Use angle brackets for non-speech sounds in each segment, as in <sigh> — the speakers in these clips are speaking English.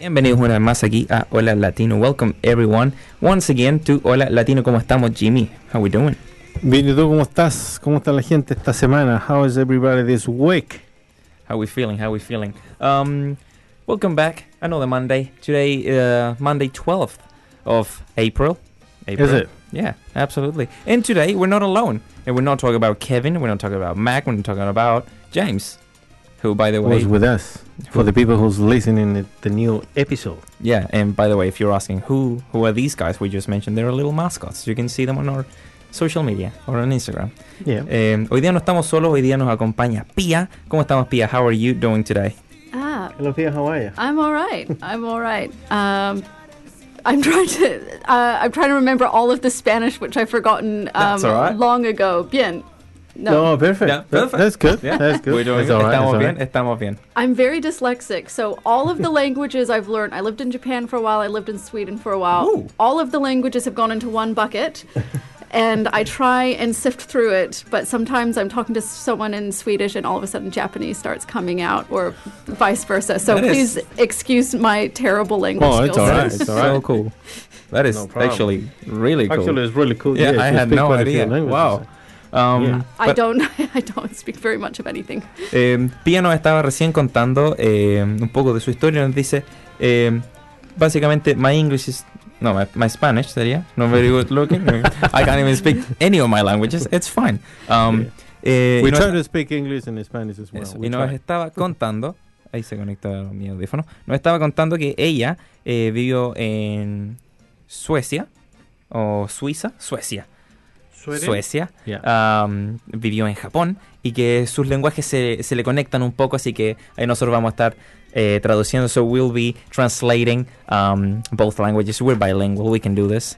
Bienvenidos una vez más aquí a Hola Latino. Welcome everyone once again to Hola Latino. ¿Cómo estamos, Jimmy? How we doing? Bien, ¿y tú cómo estás? ¿Cómo está la gente esta semana? How is everybody this week? How we feeling? How we feeling? Um, welcome back. Another Monday. Today, uh, Monday 12th of April. April. Is it? Yeah, absolutely. And today, we're not alone. And we're not talking about Kevin. We're not talking about Mac. We're not talking about James who by the way was with us for the people who's listening the, the new episode yeah and by the way if you're asking who who are these guys we just mentioned they're little mascots you can see them on our social media or on Instagram yeah eh, hoy día no estamos solos hoy día nos acompaña Pia ¿Cómo estamos Pia? How are you doing today? Ah Hello Pia how are you? I'm alright I'm alright um I'm trying to uh, I'm trying to remember all of the Spanish which I've forgotten um, right. long ago bien No, no perfect. Yeah, perfect. That's good. Yeah. That's good. We're doing That's good. all estamos right, that's all bien, right. estamos bien. I'm very dyslexic, so all of the languages I've learned, I lived in Japan for a while, I lived in Sweden for a while. Ooh. All of the languages have gone into <laughs> one bucket, and I try and sift through it, but sometimes I'm talking to someone in Swedish and all of a sudden Japanese starts coming out, or vice versa. So That is- please excuse my terrible language Oh, it's skills. all right. That's it's all so right. cool. That is No problem. actually really cool. Actually, it's really cool. yeah, you I had speak no quite a few idea. languages. Wow. Um, Yeah. I but- don't, <laughs> I don't speak very much of anything. Eh, Pia nos estaba recién contando eh, un poco de su historia. Nos dice, eh, básicamente, my English is... No, my, my Spanish sería. No very <laughs> good looking. I can't even speak any of my languages. It's fine. Um, eh, y We nos- try to speak English and Spanish as well. eso, We y nos try. estaba contando... Ahí se conecta mi audífono. Nos estaba contando que ella eh, vivió en Suecia. O Suiza. Suecia. Suecia. Yeah. um, vivió en Japón y que sus lenguajes se, se le conectan un poco, así que ahí nosotros vamos a estar eh, traduciendo. So we'll be translating um, both languages. We're bilingual, we can do this.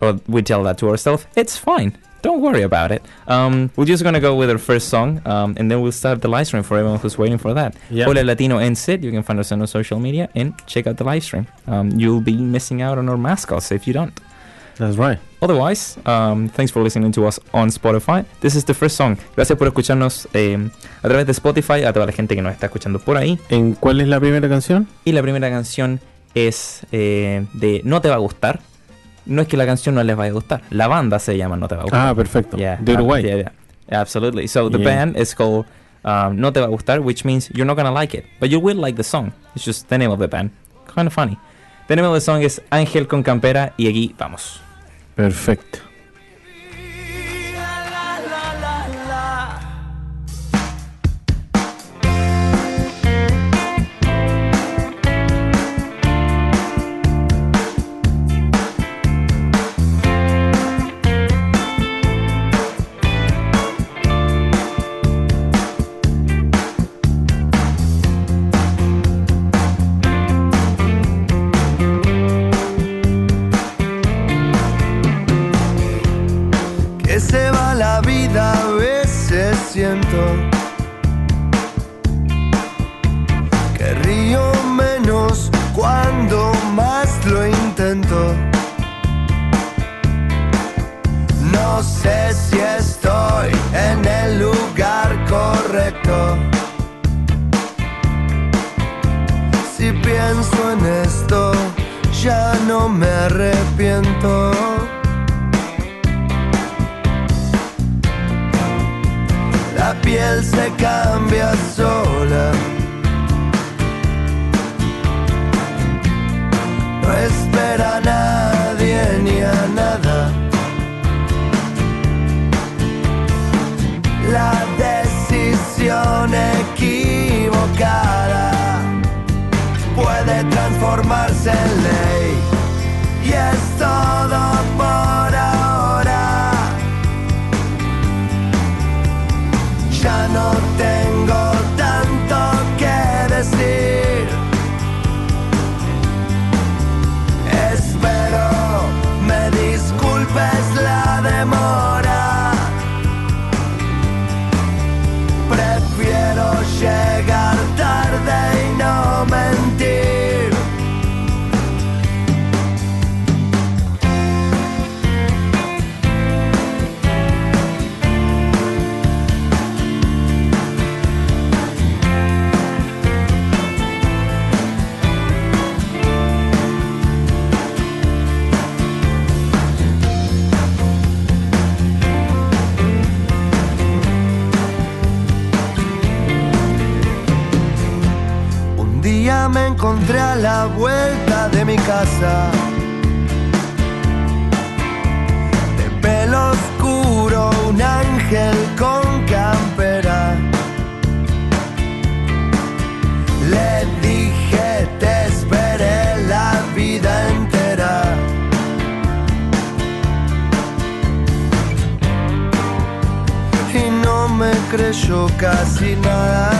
Or we tell that to ourselves. It's fine. Don't worry about it. Um, we're just gonna go with our first song, um, and then we'll start the live stream for everyone who's waiting for that. Yeah. Hola Latino NZ. You can find us on our social media and check out the live stream. Um, you'll be missing out on our mascots if you don't. That's right. Otherwise, um, thanks for listening to us on Spotify. This is the first song. Gracias por escucharnos eh, a través de Spotify, a toda la gente que nos está escuchando por ahí. ¿En cuál es la primera canción? Y la primera canción es eh, de No te va a gustar. No es que la canción no les vaya a gustar. La banda se llama No te va a gustar. Ah, perfecto. yeah, Do it uh, away. yeah, yeah. absolutely. So the Yeah. band is called um, No te va a gustar, which means you're not gonna like it, but you will like the song. It's just the name of the band. Kind of funny. The name of the song is Ángel con Campera y aquí vamos. Perfecto. que se va la vida a veces siento que río menos cuando más lo intento no sé si estoy en el lugar correcto. Si pienso en esto, ya no me arrepiento. La piel se cambia sola. No espera a nadie ni a nada. La decisión equivocada puede transformarse en ley. Y es todo por ahora. Ya no tengo tanto que decir. Espero me disculpes la demora. Prefiero llegar tarde y no mentir. Un día me encontré a la vuelta de mi casa. De pelo oscuro, un ángel con campera. Le dije, te esperé la vida entera. Y no me creyó casi nada.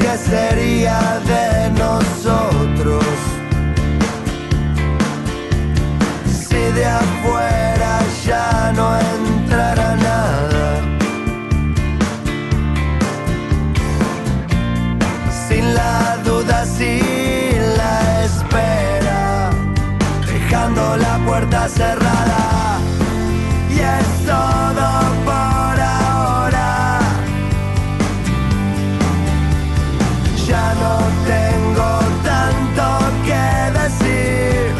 ¿Qué sería de nosotros? Si de afuera ya no entrara nada. Sin la duda, sin la espera. Dejando la puerta cerrada. Y es todo por ahora. Ya no tengo tanto que decir.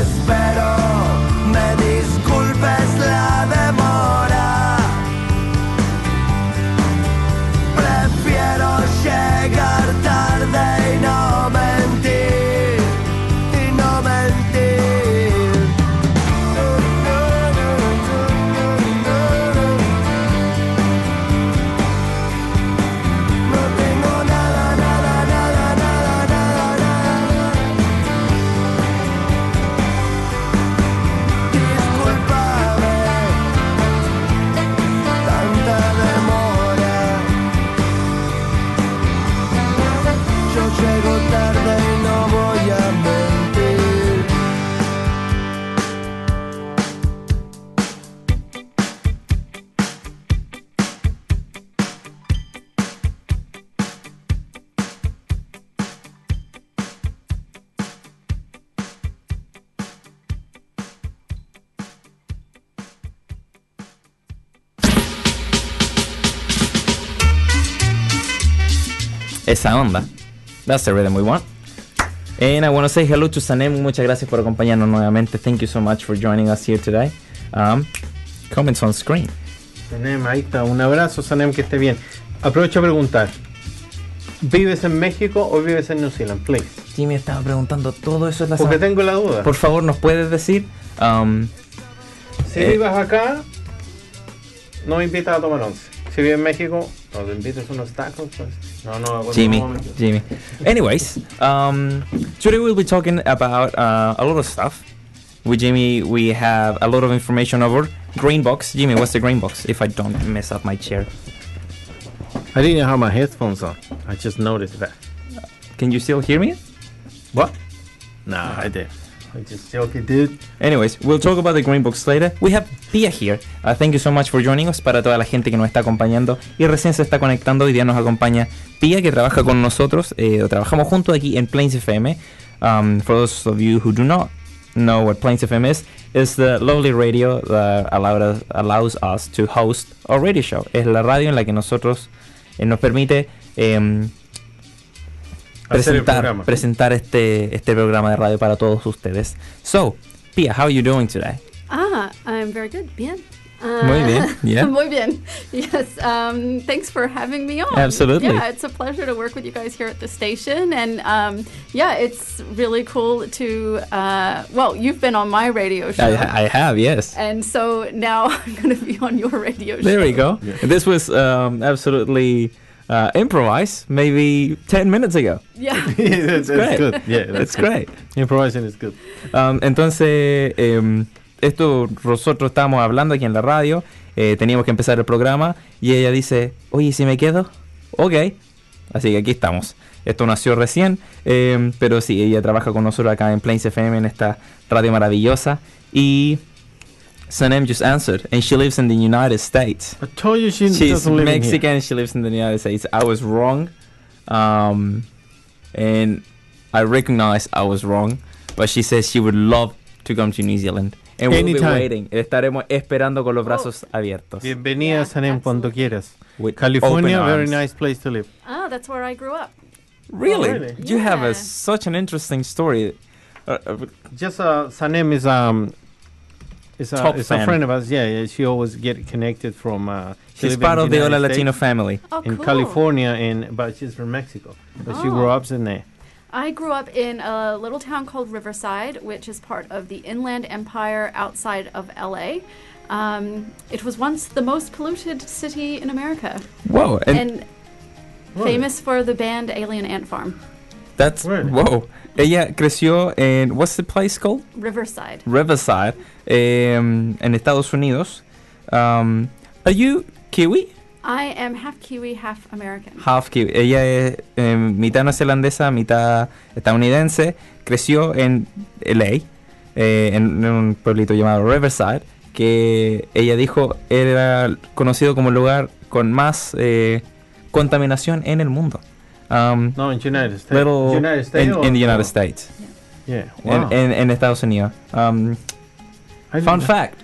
Espero me disculpes la demora. Prefiero llegar tarde y no mentir. Y no mentir. No tengo nada, nada, nada, nada, nada, nada. Disculpame tanta demora. Yo llego tarde y no voy a mentir. Esa onda. That's the rhythm we want. And I want to say hello to Sanem. Muchas gracias por acompañarnos nuevamente. Thank you so much for joining us here today. Um, comments on screen. Sanem, ahí está. Un abrazo, Sanem, que esté bien. Aprovecho a preguntar. ¿Vives en México o vives en New Zealand? Please. Jimmy estaba preguntando todo eso es la Porque semana- tengo la duda. Por favor, ¿nos puedes decir? Um, Si Eh. vives acá, no me invitas a tomar once. Si vives en México, no te invitas unos tacos. Pues. No, no, bueno, Jimmy, no, no. Jimmy. Anyways, um, today we'll be talking about uh, a lot of stuff. With Jimmy, we have a lot of information over green box. Jimmy, what's the green box? If I don't mess up my chair, I didn't have my headphones on. I just noticed that. can you still hear me? What? No, I did. I'm just joking, dude. Anyways, we'll talk about the Green Books later. We have Pia here. Uh, thank you so much for joining us. Para toda la gente que nos está acompañando y recién se está conectando, hoy día nos acompaña Pia, que trabaja con nosotros. eh, o trabajamos juntos aquí en Plains FM. Um, for those of you who do not know what Plains FM is, it's the lovely radio that allowed us- allows us to host our radio show. Es la radio en la que nosotros eh, nos permite em, Hacer el presentar, programa. <laughs> presentar este, este programa de radio para todos ustedes. So, Pia, how are you doing today? Ah, I'm very good. Bien. Uh, Muy <laughs> bien, yeah. Muy bien. Yes. Um, thanks for having me on. Absolutely. Yeah, it's a pleasure to work with you guys here at the station. And um, yeah, it's really cool to, uh, well, you've been on my radio show. I, I have, yes. and so now <laughs> I'm going to be on your radio show. There we go. This was um, absolutely uh, improvised, maybe 10 minutes ago. Yeah. <laughs> yeah, that's, great. that's good. Yeah, That's that's great. Improvising is good. Um, entonces, em, esto nosotros estábamos hablando aquí en la radio, eh, teníamos que empezar el programa y ella dice, oye, ¿y si me quedo? Ok. Así que aquí estamos. Esto nació recién, em, pero sí, ella trabaja con nosotros acá en Plains FM, en esta radio maravillosa. Y Sanem just answered, and she lives in the United States. I told you she She's doesn't live in here. Mexican. She lives in the United States. I was wrong, um, and I recognize I was wrong. But she says she would love to come to New Zealand, and we'll be Anytime. waiting. Estaremos esperando con los brazos abiertos. Bienvenida, Yeah, Sanem, cuando quieras. With California, open very arms. nice place to live. Ah, that's where I grew up. Really, Oh, really? you have Yeah. a, such an interesting story. Uh, uh, Just uh, Sanem is um is a Top is fan. a friend of us. Yeah, yeah. She always get connected from. Uh, she she's live in part of the United Ola States, Latino family. Oh, in cool. California, and but she's from Mexico. But she Oh. grew up in there. I grew up in a little town called Riverside, which is part of the Inland Empire outside of LA. Um, it was once the most polluted city in America Whoa, and, and, famous for the band Alien Ant Farm, that's Really? whoa. Ella creció en what's the place called? Riverside. Riverside em, en Estados Unidos. Um, are you Kiwi? I am half Kiwi, half American. Half Kiwi. Ella es em, mitad neozelandesa, mitad estadounidense. Creció en LA, eh, en, en un pueblito llamado Riverside, que ella dijo era conocido como el lugar con más eh, contaminación en el mundo. Um, No, in United States. little- United States. in, or- in the United oh, States, Yeah. en- Wow. en, en Estados Unidos. Um, I fun didn't- fact,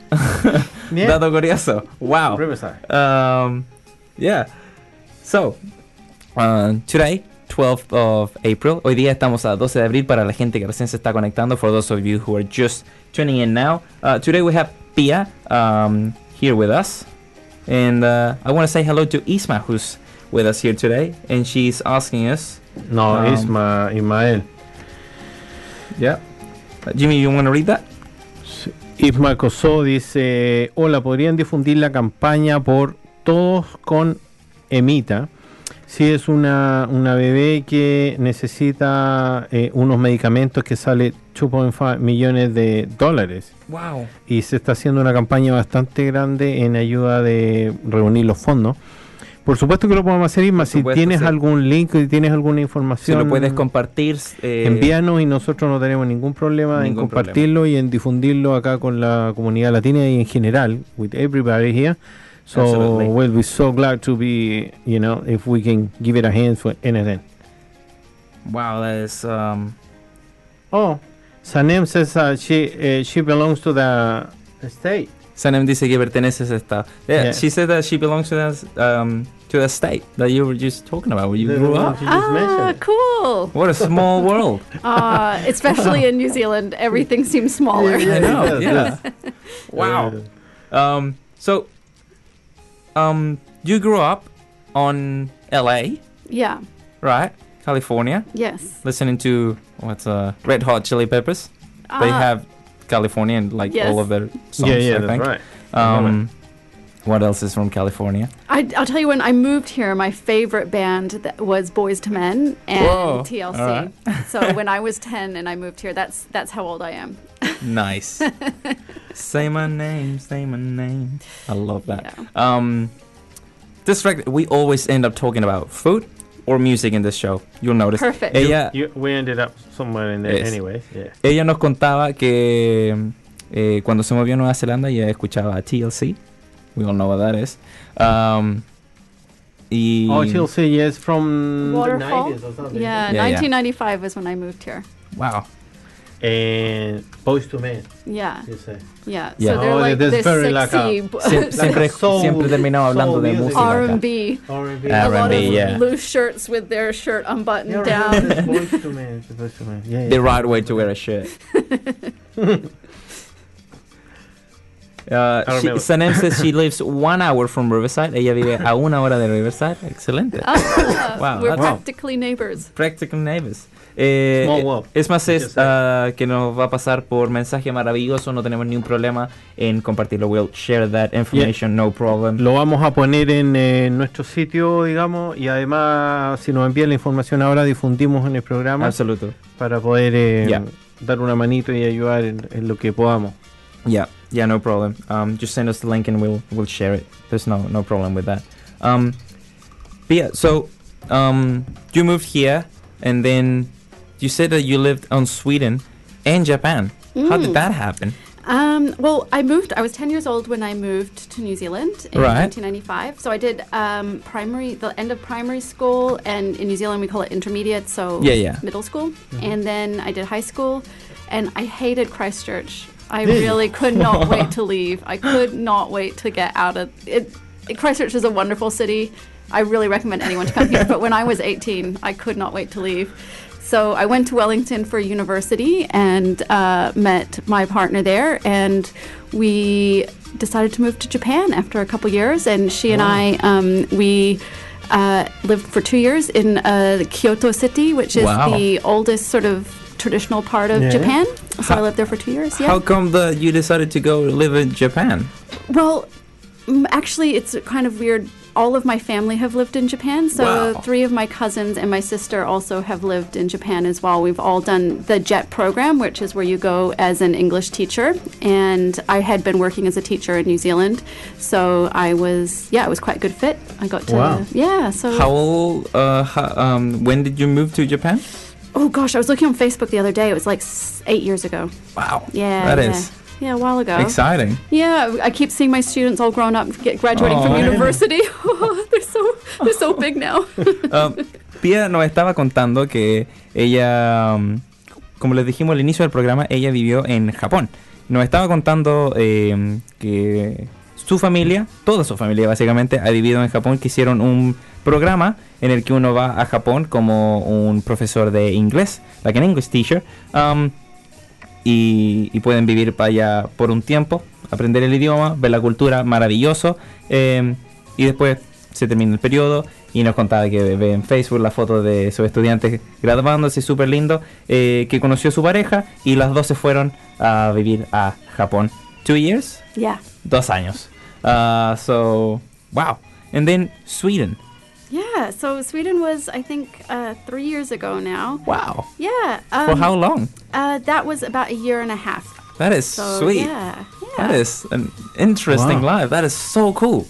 Yeah. dato curioso. Wow. Riverside. um, yeah. So, uh, today, 12th of April, hoy día estamos a 12 de abril para la gente que recién se está conectando, for those of you who are just tuning in now. Uh, today we have Pia um, here with us, and uh, I want to say hello to Isma, who's with us here today, and she's asking us, No, Um, Isma, Ismael. yeah. Uh, Jimmy, you want to read that? Isma Cosó dice, hola, ¿podrían difundir la campaña por todos con Emita? Si es una, una bebé que necesita eh, unos medicamentos que sale 2.5 millones de dólares Wow. y se está haciendo una campaña bastante grande en ayuda de reunir los fondos. Por supuesto que lo podemos hacer, Isma, si supuesto, tienes sí. algún link, si tienes alguna Si información... lo puedes compartir. eh, Envíanos y nosotros no tenemos ningún problema en Ningún compartirlo y en difundirlo acá con la comunidad latina y en general, with everybody here. So Absolutely. we'll be so glad to be, you know, if we can give it a hand for anything. Wow, that is. Um, Oh, Sanem says uh, she eh, she belongs to the state. Sanem dice que perteneces a esta. Yeah, Yeah. she said that she belongs to that um, to the state that you were just talking about where you The grew one up. she just Ah, mentioned. cool. What a small <laughs> world. Uh, especially in New Zealand, everything seems <laughs> smaller. I know. Yes, Yeah. Uh, <laughs> Wow. Um, so, um, you grew up on L.A., Yeah, right? California, yes. listening to what's uh, Red Hot Chili Peppers. they Ah, have California in like Yes. all of their songs. yeah, yeah, I that's think. right. Um, what else is from California? I, I'll tell you when I moved here, my favorite band that was Boys to Men and Whoa, <laughs> TLC. so when I was ten and I moved here, that's that's how old I am. Nice. say my name, say my name. I love that. Yeah. Um, this record, we always end up talking about food, or music in this show. You'll notice. Perfect. Ella, You- we ended up somewhere in there Yes. anyways. Yeah. ella nos contaba que eh, cuando se movió a Nueva Zelanda ella escuchaba a TLC. We all know what that is. Um, y Oh, TLC, yes, from Waterfall? the 90s or something. Yeah, yeah. 1995 was when I moved here. wow. And Boys to Men, Yeah, you say. yeah. Yeah. So they're Oh, like that's this very <laughs> like sexy <laughs> a- b- Siem- siempre, soul- siempre terminaba hablando soul de music. música. acá. R&B. R&B. A lot of R&B, yeah. loose shirts with their shirt Yeah, unbuttoned right, <laughs> down. it's Boyz II Men, it's Boyz II Men. Yeah, yeah. The right way to wear a shirt. <laughs> Uh, I she, remember. Sanem says <laughs> she lives one hour from Riverside. Ella vive a una hora de Riverside. Excelente. Oh, Wow, We're that's- practically neighbors. Practical neighbors. Eh, Small eh, world. es más, Yo es sé. ah, que nos va a pasar por mensaje maravilloso. No tenemos ningún problema en compartirlo. We'll share that information, no problem. Lo vamos a poner en eh, nuestro sitio, digamos, y además, si nos envían la información ahora, difundimos en el Ah, programa Absoluto. para poder eh, Yeah. dar una manito y ayudar en, en lo que podamos. Yeah, yeah, no problem. Um, just send us the link and we'll we'll share it. There's no no problem with that. Um, but yeah, so um, you moved here, and then you said that you lived on Sweden and Japan. How did Mm. that happen? Um, well, I moved. I was 10 years old when I moved to New Zealand in Right. 1995. So I did um, primary, the end of primary school, and in New Zealand we call it intermediate, so Yeah, yeah. middle school. And then I did high school, and I hated Christchurch. I Really? really could not wait to leave. I could not wait to get out of it. Christchurch is a wonderful city. I really recommend anyone to come here. But when I was 18, I could not wait to leave. So I went to Wellington for university and uh, met my partner there, and we decided to move to Japan after a couple years. And she and I, um, we uh, lived for two years in uh, Kyoto City, which is Wow. the oldest sort of traditional part of Yeah. Japan. So I How- lived there for two years. Yeah. How come that you decided to go live in Japan? Well, mm, actually, it's kind of weird. All of my family have lived in Japan. So, Wow. three of my cousins and my sister also have lived in Japan as well. We've all done the JET program, which is where you go as an English teacher. And I had been working as a teacher in New Zealand. So, I was, yeah, it was quite a good fit. I got to, Wow. yeah. So, How old? Uh, ho- um, when did you move to Japan? oh gosh, I was looking on Facebook the other day. It was like s- eight years ago. Wow, Yeah. That yeah. is Yeah, a while ago. exciting. Yeah, I keep seeing my students all grown up, get graduating Aw. from <laughs> university. <laughs> they're so they're so big now. <laughs> Um, Pia nos estaba contando que ella, um, como les dijimos al inicio del programa, ella vivió en Japón. Nos estaba contando eh, que su familia, toda su familia básicamente, ha vivido en Japón, que hicieron un programa en el que uno va a Japón como un profesor de inglés, like an English teacher, um, y, y pueden vivir para allá por un tiempo, aprender el idioma, ver la cultura, maravilloso. eh, y después se termina el periodo y nos contaba que ve en Facebook la foto de sus estudiantes graduándose, súper lindo, eh, que conoció a su pareja y las dos se fueron a vivir a Japón. Two years? yeah, Dos años. Ah, so, wow. And then Sweden. yeah. So Sweden was, I think, uh, three years ago now. Wow. Yeah. Um, For how long? Uh, that was about a year and a half. That is So sweet. yeah, yeah, That is an interesting Wow. life. That is so cool.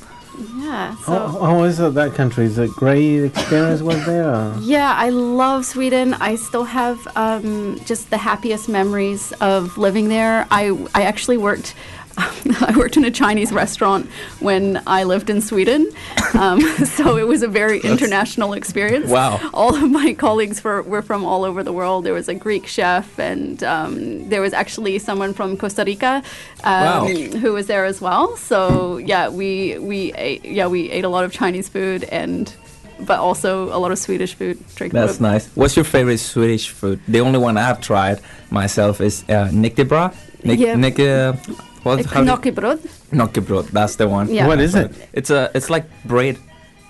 yeah. So. Oh, How, how Oh, is it that country? Is it great experience was there? Yeah, I love Sweden. I still have um, just the happiest memories of living there. I, I actually worked. <laughs> I worked in a Chinese restaurant when I lived in Sweden, um, <laughs> so it was a very international experience. Wow. All of my colleagues were, were from all over the world. There was a Greek chef, and um, there was actually someone from Costa Rica um, Wow. who was there as well. So yeah, we we ate, yeah we ate a lot of Chinese food and but also a lot of Swedish food. Drink That's nice. What's your favorite Swedish food? The only one I've tried myself is uh, Nyctebra. Nyc- Yeah. Nyc- uh, what? how do you- Knockebröd, Knockebrot. That's the one. Yeah. What is it? It's a. It's like bread,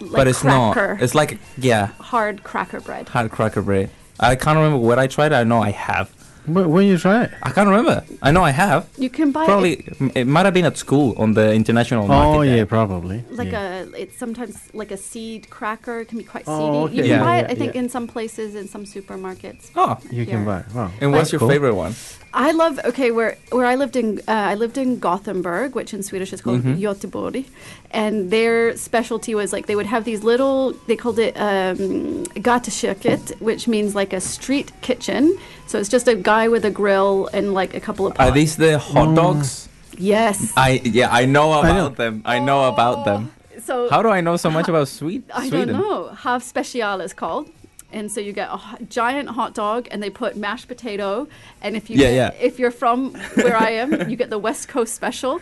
like but it's cracker, not. It's like yeah, hard cracker bread. hard cracker bread. I can't remember what I tried. I know I have. Wh- When you try it? I can't remember. I know I have. You can buy it, Probably it might have been at school on the international market. Oh day. yeah, probably. like yeah. a it's sometimes like a seed cracker. It can be quite seedy. Oh, okay. You can Yeah, buy yeah, it, I think, yeah. in some places, in some supermarkets. Oh, You can buy. Yeah. Wow. and that's what's your cool. favorite one? I love okay where where I lived in uh, I lived in Gothenburg, which in Swedish is called Mhm. Göteborg, and their specialty was like they would have these little they called it um, gatuköket, which means like a street kitchen. So it's just a guy with a grill and like a couple of Are pots. these the hot dogs? yes. I yeah, I know about Mm. know. them. I know about them. so How do I know so much about Sweet <laughs> I Sweden? don't know. Half special is called. And so you get a ho- giant hot dog, and they put mashed potato. And if you Yeah, yeah. if you're from where I am, you get the West Coast <laughs> special.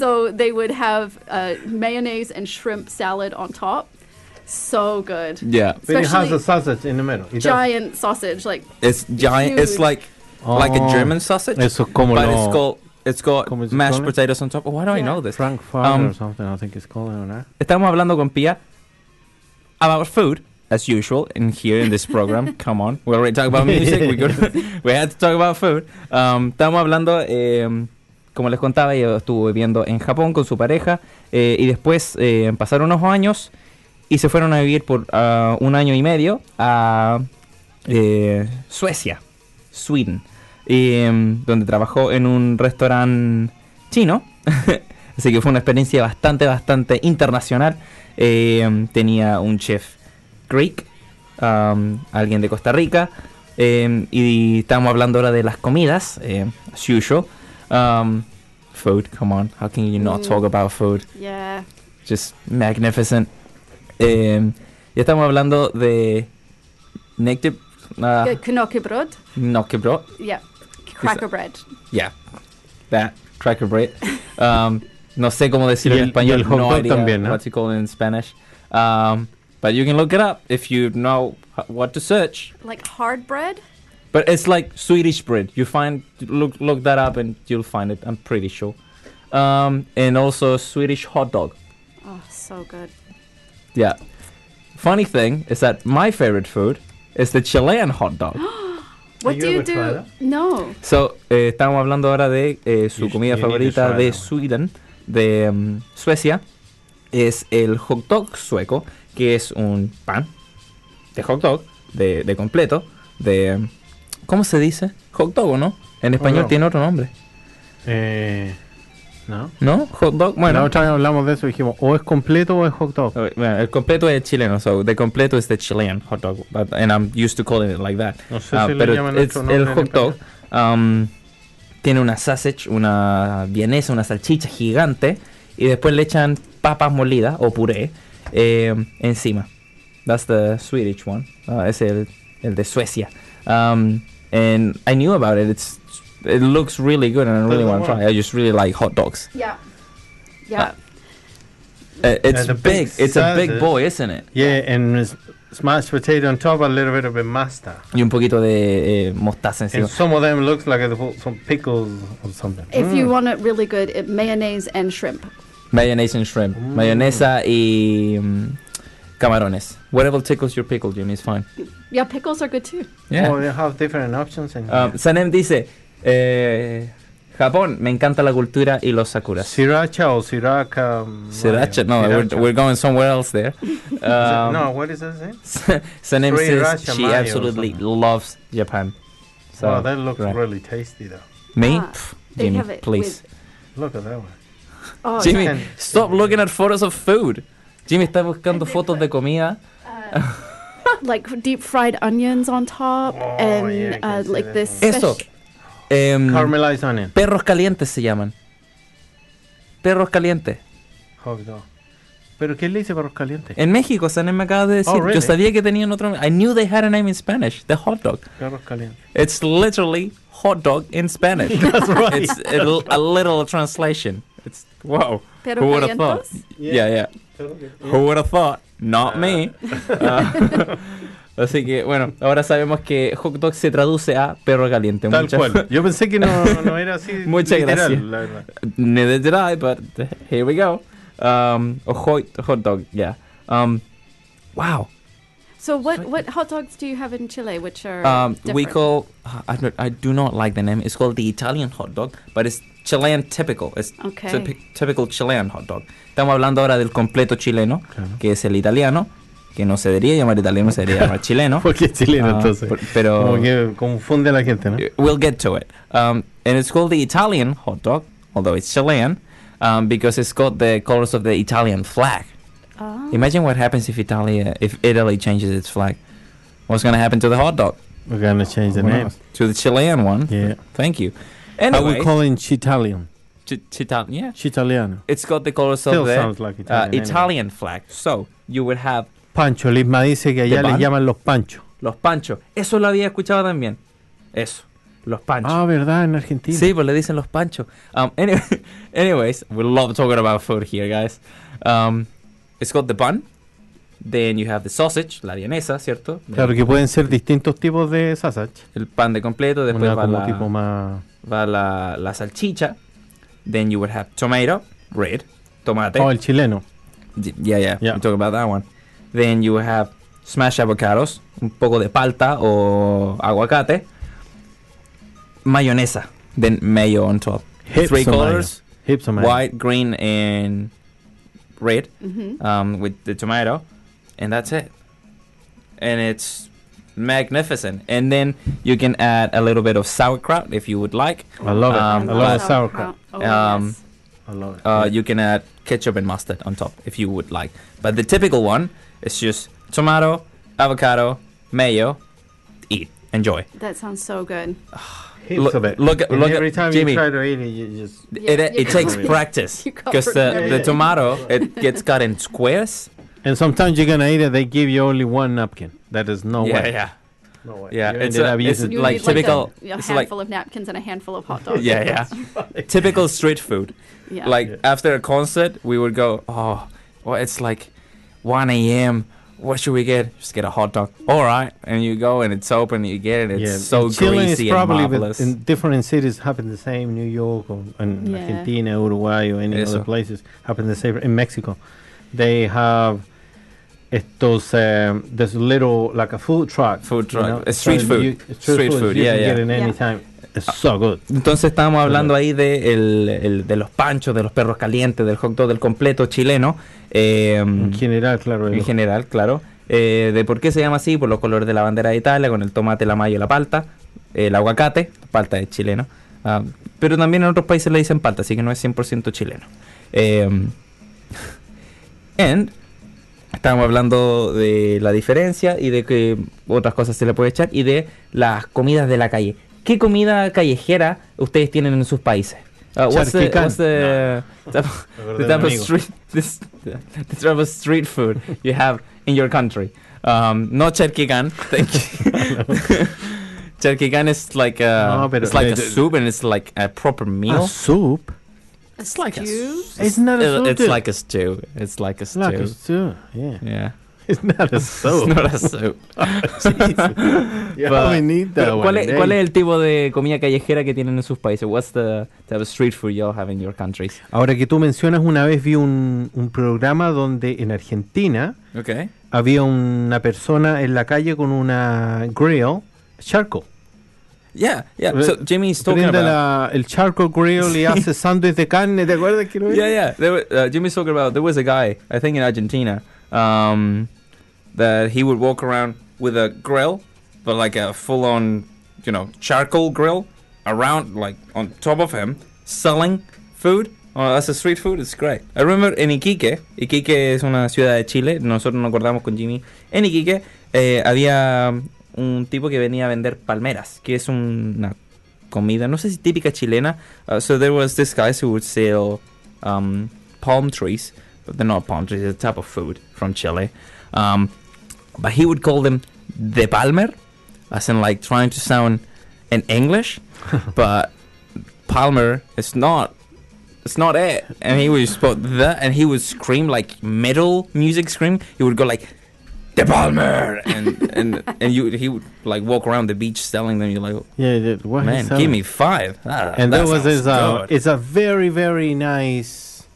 so they would have uh, mayonnaise and shrimp salad on top. So good. Yeah, Then it has Especially a sausage in the middle. It does- Giant sausage, like it's giant. It's Huge. like like a Oh, German sausage, Eso como but lo it's got it's got ¿Cómo se mashed pone? potatoes on top. Oh, Why do I Yeah. know this? Frankfurter Um, or something. I think it's called. I don't know. Estamos hablando con Pia about food, as usual, in here in this <laughs> program. Come on, we already talked about music. We, gotta- <laughs> <laughs> we had to talk about food. Um, estamos hablando, eh, como les contaba, ella estuvo viviendo en Japón con su pareja eh, y después eh, pasaron unos años y se fueron a vivir por ah, un año y medio a eh, Suecia, Sweden, em, donde trabajó en un restaurante chino. <laughs> Así que fue una experiencia bastante, bastante internacional. Eh, tenía un chef Greek, um, alguien de Costa Rica, eh, y estábamos hablando ahora de las comidas, eh, as usual. Um, food, come on, how can you not Mm. talk about food? yeah, Just magnificent. Eh, ya estamos hablando de Nectar. uh, Uh, knäckebröd, no, que bro. yeah, cracker bread. Yeah. That cracker bread. Um, no sé cómo decirlo Y en el- español. y el hot no dog idea también, ¿no? What's it called in Spanish? Um, but you can look it up if you know h- what to search. Like hard bread, But it's like Swedish bread. You find look look that up and you'll find it. I'm pretty sure. Um, and also Swedish hot dog. oh, so good. Yeah. Funny thing is that my favorite food is the Chilean hot dog. What you do you ever tried do? No, So, eh, estábamos hablando ahora de eh, su You sh- comida you need to favorita try de that Sweden, de mm, Suecia. Es el hot dog sueco, que es un pan de hot dog, de, de completo, de... mm, ¿Cómo se dice? Hot dog, ¿o ¿no? En español no. tiene otro nombre, Eh, no. ¿no? Hot dog, Bueno, la bueno. otra vez hablamos de eso y dijimos o es completo o es hot dog. eh, bueno, el completo es chileno, so the completo is the Chilean hot dog, but, and I'm used to calling it like that. No sé Ah, si le pero llaman es otro nombre el en hot dog. español. um, tiene una sausage, una vienesa, una salchicha gigante y después le echan papas molidas o puré eh, encima. That's the Swedish one. Uh, es el, el de Suecia. Um, and I knew about it. It's it looks really good and I really Doesn't want to work. try. I just really like hot dogs. yeah, Ah. yeah. Uh, it's the big big. It's a big sausage. boy, isn't it? Yeah, and s- smashed potato on top, a little bit of a mustard. Y un poquito de eh, mostaza encima. And some of them looks like they put some pickles or something. Eh, If Mm. you want it really good, it mayonnaise and shrimp. Mayonnaise and shrimp. Mm. Mayonesa y mm, camarones. Whatever tickles your pickle, Jimmy, is fine. Yeah, pickles are good too. Oh, they have different options. And Um, Sanem dice, eh, Japón, me encanta la cultura y los sakuras. Sriracha or Sriracha? um, Sriracha, no, Mario. We're, Sriracha. we're going somewhere else there. Um, <laughs> no, what is that? thing? <laughs> Sanem Sriracha says she mayo or absolutely something. loves Japan. So, wow, Oh, that looks right. really tasty though. me? Ah, Pff, they Jimmy, have it please. Look at that one. Oh, Jimmy, yeah. stop looking at photos of food. Jimmy está buscando fotos de comida. like deep fried onions on top Oh, yeah, and I can uh, see like that this. one. Eso. fish- Em, Caramelized onion. Perros calientes se llaman. Perros calientes. Hot dog. Pero ¿qué le dice perros calientes? En México, Sanem me acaba de decir. Oh, really? Yo sabía que tenían otro. I knew they had a name in Spanish. The hot dog. Perros calientes. It's literally hot dog in Spanish. <laughs> That's right. it's a, l- a literal translation. It's wow. Pero Who would have thought? calientos? Yeah, yeah. Who would have thought? Not me. Uh. <laughs> Ah, <laughs> así que bueno, ahora sabemos que hot dog se traduce a perro caliente. Tal Muchas- cual. Yo pensé que no, no era <laughs> así. Muchas literal, gracias. la verdad. Neither did I, but here we go. Um, a hot, hot dog, yeah. Um, wow. So what, what hot dogs do you have in Chile, which are Um, we different? call I, don't- I do not like the name. It's called the Italian hot dog, but it's Chilean typical. It's Okay. typi- typical Chilean hot dog. Estamos hablando ahora del completo chileno, Claro. que es el italiano, que no se debería llamar italiano, se debería llamar <laughs> chileno. Porque Eh, es chileno, Ah, entonces. por- pero- Como que confunde a la gente, ¿no? We'll get to it. Um, and it's called the Italian hot dog, although it's Chilean, um, because it's got the colors of the Italian flag. Ah. Imagine what happens if Italy uh, if Italy changes its flag. What's going to happen to the hot dog? We're gonna change the Who name. knows? To the Chilean one. Yeah. Thank you. I would Anyway, call it Chitalian. Ch- Chital- yeah. Chitaliano. It's got the colors Still of the sounds like uh, Italian. anyway. Italian flag. So you would have Pancho, Lisma dice que allá ¿De les pan? llaman los panchos. los panchos. Eso lo había escuchado también. Eso. Los panchos. Ah, ¿verdad? En Argentina. Sí, pues le dicen los panchos. Um, <laughs> anyway, anyways, we love talking about food here, guys. Um, it's got the bun. Then you have the sausage, la vienesa, ¿cierto? Claro que pueden ser distintos tipos de sausage. El pan de completo, después Una va, como la, tipo más... va la, la salchicha. Then you would have tomato, red, tomate. Oh, el chileno. D- Yeah, yeah, Yeah. we talk about that one. Then you have smashed avocados, un poco de palta o aguacate, mayonesa, then mayo on top. Hips Three o mayo. colors, Hips o mayo. white, green, and red Mhm. um, with the tomato, and that's it. And it's magnificent. And then you can add a little bit of sauerkraut if you would like. I love it. Um, I love but- sauerkraut. Oh, Um, yes. I love it. Uh, Yeah. You can add ketchup and mustard on top if you would like. But the typical one is just tomato, avocado, mayo. Eat, enjoy. That sounds so good. Heaps look- of it. look at- And look at- every time Jimmy. you try to eat it, you just... Yeah, it <laughs> you it takes can't- practice you can't because the, remember. the tomato it gets cut in squares. And sometimes you're gonna eat it, they give you only one napkin. That is no yeah, way. yeah, No way. yeah. You It's, ended a- up it's using- You like need typical. like a- a, it's like handful of napkins and a handful of hot dogs. <laughs> <laughs> yeah, yeah. typical street food. yeah. Like Yeah. after a concert, we would go. Oh, well, it's like 1 a.m. What should we get? Just get a hot dog. All right, and you go and it's open. You get it. It's so in Chile it's greasy and probably with- marvelous. in different cities happen the same. New York or in Yeah. Argentina, Uruguay, or any other Eso. places happen the same. In Mexico, they have estos um, this little like a food truck, Food you truck, know? uh, street food. you- Street food, You yeah, can yeah. Mm-hmm. get it Yeah. anytime. It's so good. Entonces estábamos hablando ahí de, el- el- de los panchos, de los perros calientes, del hot dog, del completo chileno. eh, En general, claro. en general, claro. Eh, de por qué se llama así, por los colores de la bandera de Italia, con el tomate, la mayo, la palta, el aguacate, palta es chileno. ah, pero también en otros países le dicen palta, así que no es 100% chileno. Eh, <laughs> and estábamos hablando de la diferencia y de que otras cosas se le puede echar y de las comidas de la calle. ¿Qué comida callejera ustedes tienen en sus países? Ah, what's the- Charquicán. what's the- the type of street <laughs> this the type of street food you have in your country. Um, not charquican, thank you. <laughs> charquican is like a No, pero- it's like a the- soup and it's like a proper A meal. soup. A It's like a stew? s- It's not a it- soup, It's dude. like a stew. It's like a stew. Like a stew. <laughs> Yeah. yeah, It's not a <laughs> it's soup. not a soup. You But- only need that Pero, one eh. ¿cuál, es, in ¿Cuál Asia. es el tipo de comida callejera que tienen en sus países? What's the type of street food y'all have in your countries? Ahora que tú mencionas, una vez vi un, un programa donde en Argentina Okay. había una persona en la calle con una grill charcoal. Yeah, yeah. Re- So Jimmy is talking Prende about la- el charcoal grill y hace sándwich de carne, ¿te acuerdas que lo yeah, yeah. There were, uh, Jimmy's talking about there was a guy I think in Argentina um, that he would walk around with a grill, but like a full-on, you know, charcoal grill around like on top of him, selling food. Oh, that's a street food. It's great. I remember in Iquique. Iquique es una ciudad de Chile. Nosotros nos acordamos con Jimmy. En Iquique eh, había un tipo que venía a vender palmeras, que es una comida, no sé si típica chilena. Uh, so there was this guy who would sell um, palm trees, but they're not palm trees, it's a type of food from Chile. Um, but he would call them de palmer, as in like trying to sound in <laughs> English, but palmer is not. It's not it. And he would spot the, and he would scream like metal music scream. He would go like, De Palmer! And and, and you, he would like walk around the beach selling them. You're like, Yeah, yeah, what Man, is that? give me five. Ah, And that there sounds was this, uh, good. it's a very, very nice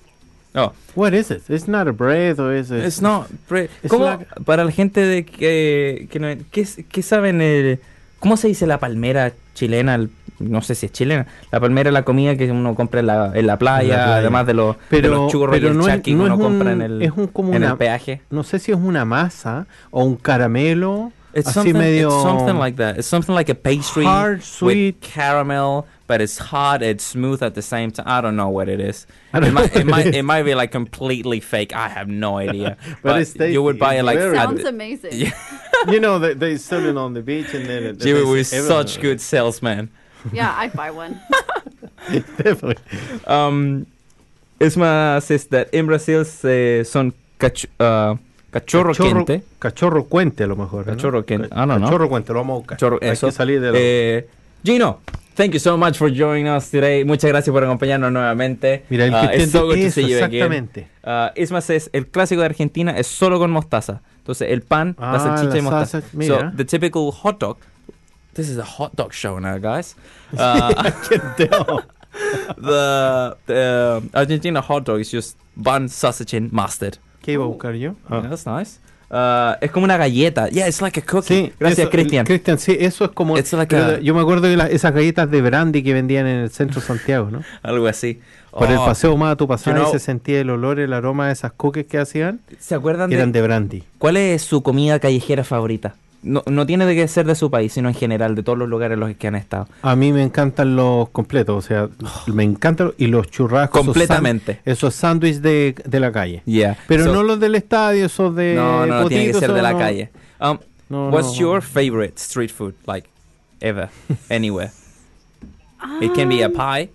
No, What is it? It's not a bread or is it? es no. pre- es ¿Cómo, una- para la gente de que, que no- ¿qué, es- qué saben? eh, ¿Cómo se dice la palmera chilena? El- No sé si es chilena. La palmera es la comida que uno compra en la, en la playa, playa. además de los, de pero, los churros y pero el no es, charqui no que es uno un, compra en el, es un como en el una, peaje. no sé si es una masa o un caramelo, It's Así something, medio- it's something like that. It's something like a pastry hard, with sweet. caramel, but it's hot, it's smooth at the same time. I don't know what it is. I don't It might, know it, what might, it it might be like completely fake. I have no idea. <laughs> But it's tasty. you would buy it It's like very at Sounds the- amazing. Yeah. <laughs> you know, they, they sell it on the beach and then it, Jimmy they was sell such everywhere. <laughs> good salesman. Yeah, I'd buy one. Definitely. Um, Isma says that in Brazil se son cach uh, cachorro Cachorro- quente. Cachorro cuente a lo mejor. ¿no? Cachorro quente. I don't know. Cachorro cuente, lo vamos a buscar. Chorro, Hay eso. que salir de la- Eh, Gino, thank you so much for joining us today. Muchas gracias por acompañarnos nuevamente. Mira, el Uh, que it's so good to eso, see you again. exactamente. Uh, Isma says, el clásico de Argentina es solo con mostaza. Entonces, el pan, Ah, la salchicha la y mostaza. salsa, mira. So, the typical hot dog. This is a hot dog show now, <laughs> guys. Uh, <laughs> the the Argentina hot dog is just bun, sausage, and mustard. ¿Qué iba a buscar yo? Ah. Yeah, that's nice. Uh, es como una galleta. Yeah, it's like a cookie. Gracias, eso- Cristian. Cristian, sí, eso es como. It's like pero a- Yo me acuerdo de las- esas galletas de brandy que vendían en el centro de Santiago, ¿no? Algo así. Por el Oh, paseo más a tu pasada You know- se sentía el olor, el aroma de esas cookies que hacían, ¿Se acuerdan que de, eran de brandy. ¿Cuál es su comida callejera favorita? No, no tiene de que ser de su país, sino en general, de todos los lugares en los que han estado. A mí me encantan los completos, o sea, me encantan los- y los churrascos. esos Completamente. sán- Esos sándwiches de, de la calle. Yeah. Pero So- no los del estadio, esos de. No, no, no, tiene que potitos, ser de esos la no. calle. Um, No, what's no. your favorite street food, like, <laughs> ever, anywhere? <laughs> It can be a Um, pie,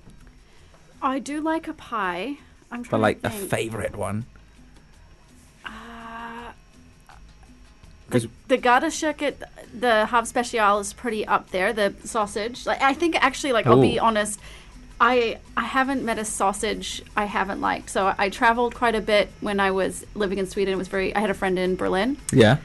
I do like a pie. I'm but trying like to a think. favorite one. Uh, 'Cause- the Gouda Shacket, the Hab Special is pretty up there. The sausage, like I think actually, like I'll be Ooh. honest, I I haven't met a sausage I haven't liked. So I traveled quite a bit when I was living in Sweden. It was very. I had a friend in Berlin. Yeah.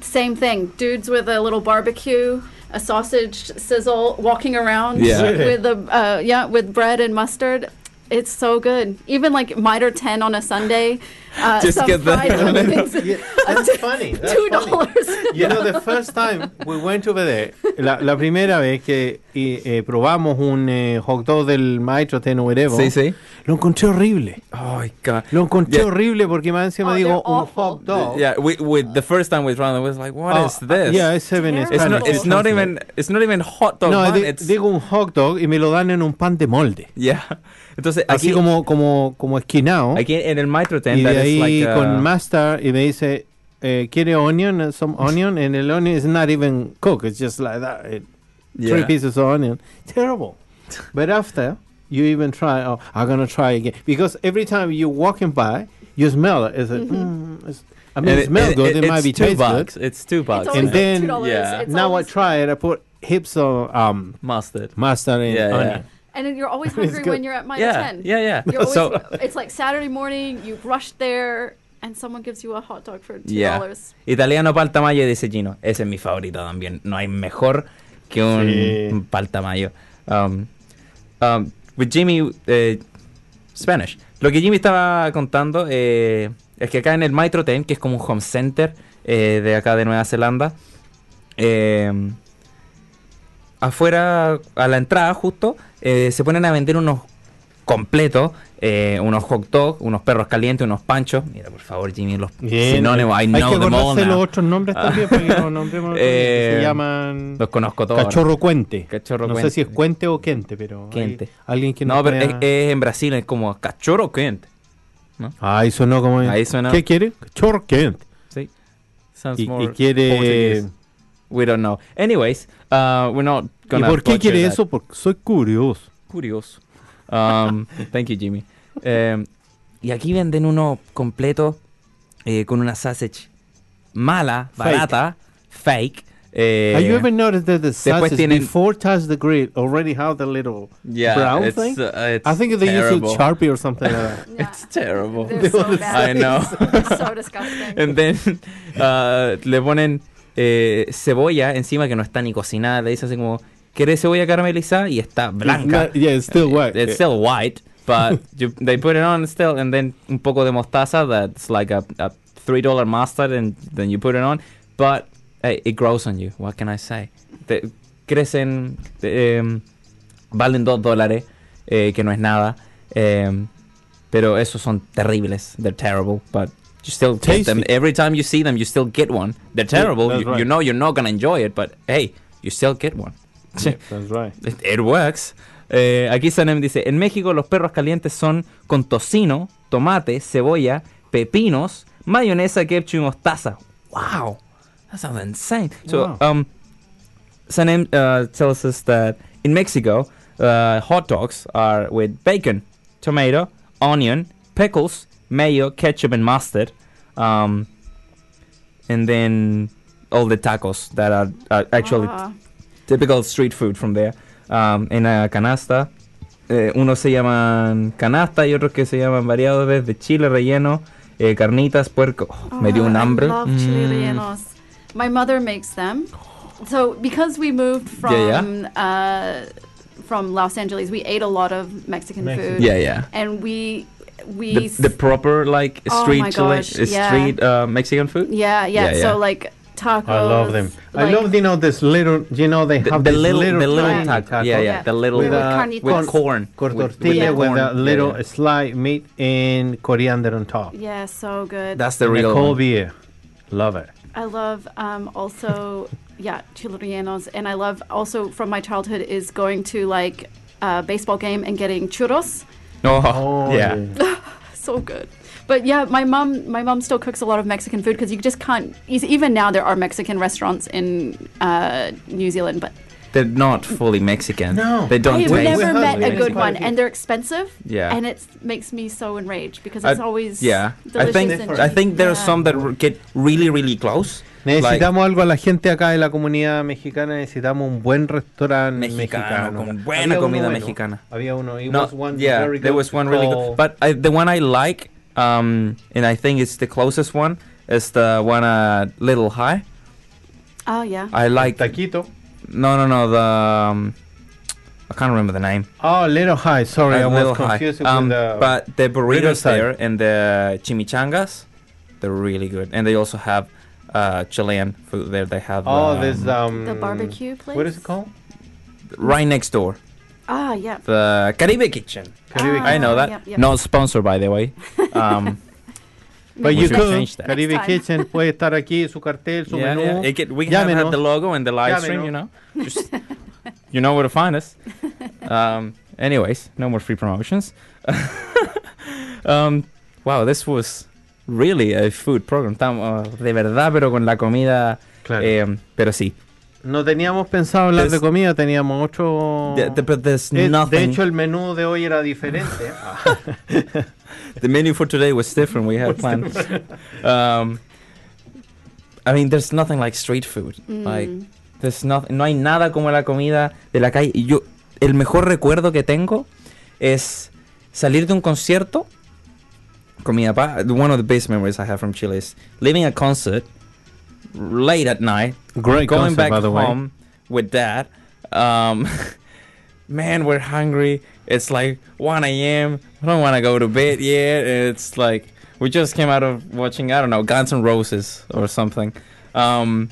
Same thing, dudes with a little barbecue, a sausage sizzle, walking around Yeah. with the uh, yeah with bread and mustard. It's so good. Even like miter ten on a Sunday. Uh, Just some get the- <laughs> fried onions. Yeah, that's funny, that's Two funny. dollars. You know, the first time we went over there, la, la primera vez que y, eh, probamos un eh, hot dog del maestro Ten Uerevo, Sí, sí. lo encontré horrible. Oh my god. Lo encontré Yeah. horrible porque más encima Oh, digo they're un awful. hot dog. Yeah, we, we, the first time we tried it, we was like, what Oh, is this? Yeah, it's seven It's it's Spanish. not. It's awful. not even. It's not even hot dog. No, bun, de- it's- digo un hot dog y me lo dan en un pan de molde. yeah. <laughs> Entonces Así aquí, como, como, como esquinado. aquí en el Mitro Y de ahí like con uh, mustard y me dice, eh, ¿quiere onion? Uh, Some onion. And el onion is not even cooked. It's just like that. It- Three yeah. pieces of onion. Terrible. but after you even try, oh, I'm going to try again. Because every time you walking by, you smell it. It's, like, mm, it's- I Mm-hmm. And mean, it, smells and good. It, it's might be two tastes bucks. good. It's two bucks. It's And yeah. always like then- two dollars. Yeah. It's now I always- try it. I put heaps of um, mustard. mustard and Yeah, yeah. onion. And then <laughs> you're always It's hungry good. when you're at minus Yeah, ten. yeah, yeah. You're always, So <laughs> it's like Saturday morning. You rush there, and someone gives you a hot dog for two Yeah. dollars. italiano palta mayo dice Gino. Ese es mi favorito también. No hay mejor que un, Sí. un palta mayo. Um, um, with Jimmy eh, Spanish. Lo que Jimmy estaba contando eh, es que acá en el Maitro Ten, que es como un home center eh, de acá de Nueva Zelanda, eh, afuera, a la entrada justo, eh, se ponen a vender unos completos, eh, unos hot dogs, unos perros calientes, unos panchos. Mira, por favor, Jimmy, los Bien. sinónimos, I Hay know que them all acordarse now. Ah. los otros nombres también, porque <laughs> los nombremos otros, que Eh, se llaman Los conozco todos. ahora. Cachorro Cuente. Cachorro no Cuente. sé si es Cuente o Quente, pero hay Quente. alguien que No, nos pero es, pueda- es en Brasil, es como cachorro quente. Ahí sonó como... Ahí sonó. ¿Qué quiere? Cachorro Quente. Sí. Sounds Y, more y quiere... Portuguese. We don't know. Anyways, uh, we're not ¿Y gonna por qué butcher quiere that. eso? Porque soy curioso. Curioso. Um, <laughs> thank you, Jimmy. Eh, y aquí venden uno completo eh, con una sausage mala, Fake. barata, fake. eh, Have you ever noticed that the después sausage tienen- before touch the grill already have the little yeah, brown it's, thing? uh, it's I think they terrible. use a Sharpie or something like that. Yeah. <laughs> It's terrible. They're so <laughs> I bad. know. <laughs> <laughs> It's so disgusting. And then uh, le ponen eh, cebolla encima que no está ni cocinada. Le dice así como, ¿querés cebolla caramelizada? Y está It's blanca. not- yeah, it's still white. It's still white. but <laughs> you, they put it on still, and then un poco de mostaza that's like a, a three dollar mustard, and then you put it on. But eh, it grows on you. What can I say? Te- crecen, te- em, valen dos dólares, eh, que no es nada. em, pero esos son terribles. They're terrible, but you still get them. Tasty. Every time you see them, you still get one. They're Yeah, terrible. that's you, right. you know you're not gonna enjoy it, but hey, you still get one. That's right. It, it works. Eh, aquí Sanem dice, en México los perros calientes son con tocino, tomate, cebolla, pepinos, mayonesa, ketchup y mostaza. Wow. That sounds insane. So, Wow. um, Sanem uh, tells us that in Mexico, uh, hot dogs are with bacon, tomato, onion, pickles, mayo, ketchup, and mustard. Um, and then all the tacos that are, are actually Ah, typical street food from there. Um, en la canasta, eh, unos se llaman canasta y otros que se llaman variados desde chile relleno, eh, carnitas, puerco. Oh, me dio ah, un I hambre. love chili Mm. rellenos. My mother makes them. So because we moved from Yeah, Uh, from Los Angeles, we ate a lot of Mexican Mexican. food. Yeah, yeah. And we we The, the proper like Oh street my chile, gosh, yeah. street uh, Mexican food. yeah, yeah Yeah, yeah. So like tacos. I love them. I like- love you know this little you know they The, have the this little, the little tiny taco. Yeah, yeah, Yeah. The little With, with, uh, carnitas. with corn, Con with- with tortilla with, corn. Yeah, a little yeah. sliced meat and coriander on top. Yeah, so good. That's the And a real. cold one. beer. Love it. I love um, also, yeah, chili rellenos. And I love also from my childhood is going to like a baseball game and getting churros. Oh, Oh, yeah. So good. But yeah, my mom, my mom still cooks a lot of Mexican food because you just can't. e- Even now, there are Mexican restaurants in uh, New Zealand, but They're not fully Mexican. No. they I don't have wait, taste. never we have met a Mexican good one, food. and they're expensive. Yeah. and it makes me so enraged because I- it's always yeah, I delicious think and I think there are yeah. some that r- get really really close. like- Necesitamos algo a la gente acá de la comunidad mexicana. Necesitamos un buen restaurante Mexicano, mexicano. con buena uno comida mexicana. Había uno. It No, was one yeah, very there good was one really good. called- But I, the one I like, um, and I think it's the closest one, is the one at Little High. Oh yeah, I like. taquito. No, no, no. The um, I can't remember the name. Oh, Little High. Sorry, At I Little was High. confused with Um, the. but the burritos Riverside. there and the chimichangas, they're really good, and they also have uh, Chilean food there. They have oh, um, this um. the barbecue place. What is it called? right next door, Ah yeah, the Caribe Kitchen. Caribe. Ah. I know that. yep, yep. Not sponsored, by the <laughs> way. Um, But We you should could. Pues change that. eh, Caribe Next time. Kitchen puede estar aquí su cartel, su yeah, menú. yeah. It get- we have had Llámenos. the logo and the live stream, you know. <laughs> Just, you know where to find us. Um, anyways, no more free promotions. <laughs> um, wow, this was really a food program. Estamos de verdad, pero con la comida. Claro. em, pero sí. no teníamos pensado hablar de There's- comida, teníamos otro. The, the- but there's Eh, de nothing. Ah. hecho, el menú de hoy <laughs> era diferente. the menu for today was different. We had plans. um, I mean, there's nothing like street food. Like, Mm. There's noth- no hay nada como la comida de la calle. Y Yo, el mejor recuerdo que tengo es salir de un concierto con mi papá. One of the best memories I have from Chile is leaving a concert late at night, <laughs> Great going concept, back by the way. home with dad. Um, <laughs> man, we're hungry. It's like 1 a.m. I don't want to go to bed yet. It's like we just came out of watching, I don't know, Guns N' Roses or something. Um,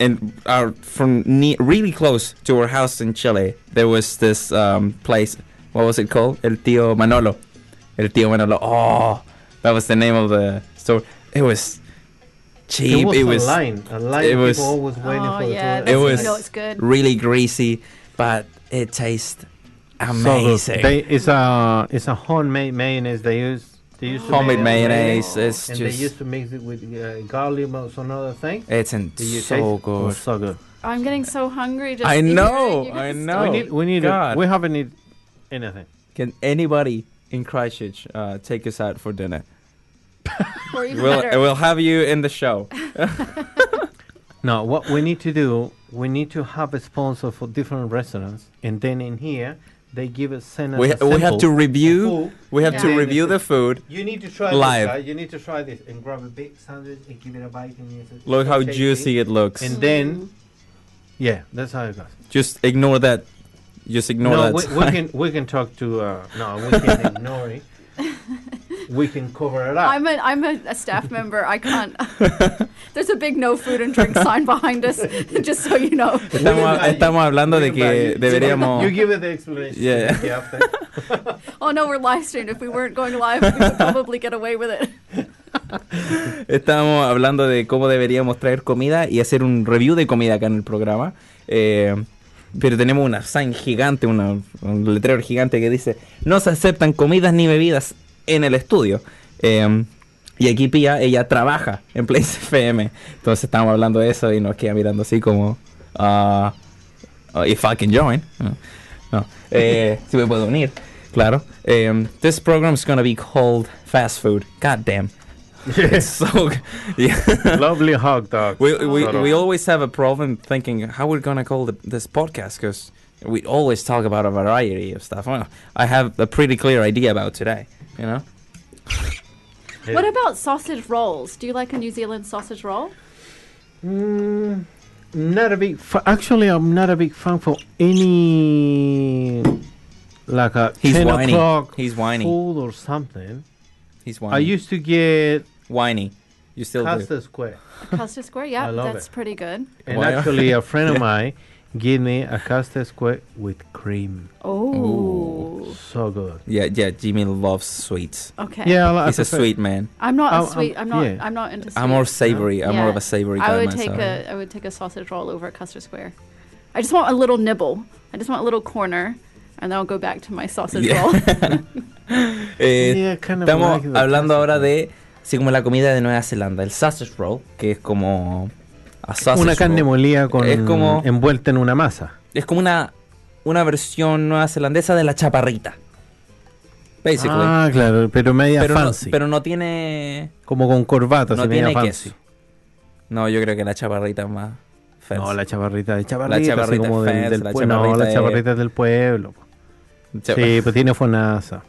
and our, from ne- really close to our house in Chile, there was this um, place. What was it called? El Tío Manolo. El Tío Manolo. Oh, that was the name of the store. It was cheap. It was, It a was line. A line. it People was- always waiting oh for the yeah, tour. that's It how you was- know it's good. really greasy, but it tastes So good. amazing. They, it's a it's a homemade mayonnaise. They use they used to Homemade make it with mayonnaise. It's and just they used to mix it with uh, garlic or some other thing. it's in Did you so taste it? It good. was so good. I'm getting so hungry. Just I hearing know, you I guys know. we talk. need we need it. Oh, God. we haven't need anything. Can anybody in Christchurch uh, take us out for <laughs> dinner? Or even We'll better. we'll have you in the show. No, what we need to do, we need to have a sponsor for different restaurants, and then in here they give us send us we, a we have sample to of review food. we have to Yeah. review the food Oh, You need to try Live. This, guy. You need to try this and grab a big sandwich and give it a bite. And it's so look how tasty. juicy it looks And then, yeah, that's how it goes. just ignore that Just ignore no, that. we, we can we can talk to. Uh, no, we can ignore it. We can cover it up. I'm a, I'm a, a staff member. I <laughs> can't. There's a big no food and drink sign behind us, <laughs> just so you know. <laughs> estamos, estamos hablando de We can buy que it. deberíamos. You give it the explanation. Yeah. Thank you, after. <laughs> Oh no, we're live streamed. If we weren't going live, we would probably get away with it. Estábamos hablando de cómo deberíamos traer comida y hacer un review de comida acá en el programa. Eh, pero tenemos una sign gigante, una- un letrero gigante que dice: No se aceptan comidas ni bebidas en el estudio. Eh, y aquí Pía, ella trabaja en Place <laughs> FM. Entonces estábamos hablando de eso y nos queda mirando así como: ah, If I can join. No, no. Eh, si me puedo unir. Claro. Eh, this program is going to be called Fast Food. God damn. <laughs> It's so g- yeah. <laughs> Lovely hot dog. we, we, Sort of. we always have a problem thinking how we're gonna call the, this podcast because we always talk about a variety of stuff. Well, I have a pretty clear idea about today. You know, What about sausage rolls? Do you like a New Zealand sausage roll? Mm, not a big. Fa- Actually, I'm not a big fan for any like a he's ten whiny. o'clock He's whiny. food or something. He's I whiny. used to get whiny? You still do. pasta square, Custer Square, yeah, <laughs> I love that's it. pretty good. and Why- actually, a <laughs> friend Yeah. of mine gave me a casta square with cream. Oh, So good. Yeah, yeah. Jimmy loves sweets. okay. Yeah, I li- I He's a prefer- sweet man. I'm not Oh, a sweet. um, I'm not. yeah. I'm not into. Sweet. I'm more savory. I'm more of Yeah. a savory guy I would myself. <laughs> take a. I would take a sausage roll over a Custer Square. I just want a little nibble. I just want a little corner, and then I'll go back to my sausage Yeah. <laughs> roll. Eh, Yeah, kind of Estamos like the hablando custard ahora square. de, así como la comida de Nueva Zelanda, el sausage roll, que es como a sausage una carne roll. molida con Es como- envuelta en una masa. Es como una, una versión neozelandesa de la chaparrita. Basically. Ah, claro, pero media pero, no, fancy, pero no tiene como con corbata, no así media tiene fancy. queso. No, yo creo que la chaparrita es más fancy. <laughs> No, la chaparrita de chaparrita, así chaparrita como del- fancy, del la pueblo. No, chaparrita la de- chaparrita es del pueblo. po. Cha- Sí, pues <laughs> tiene fonasa.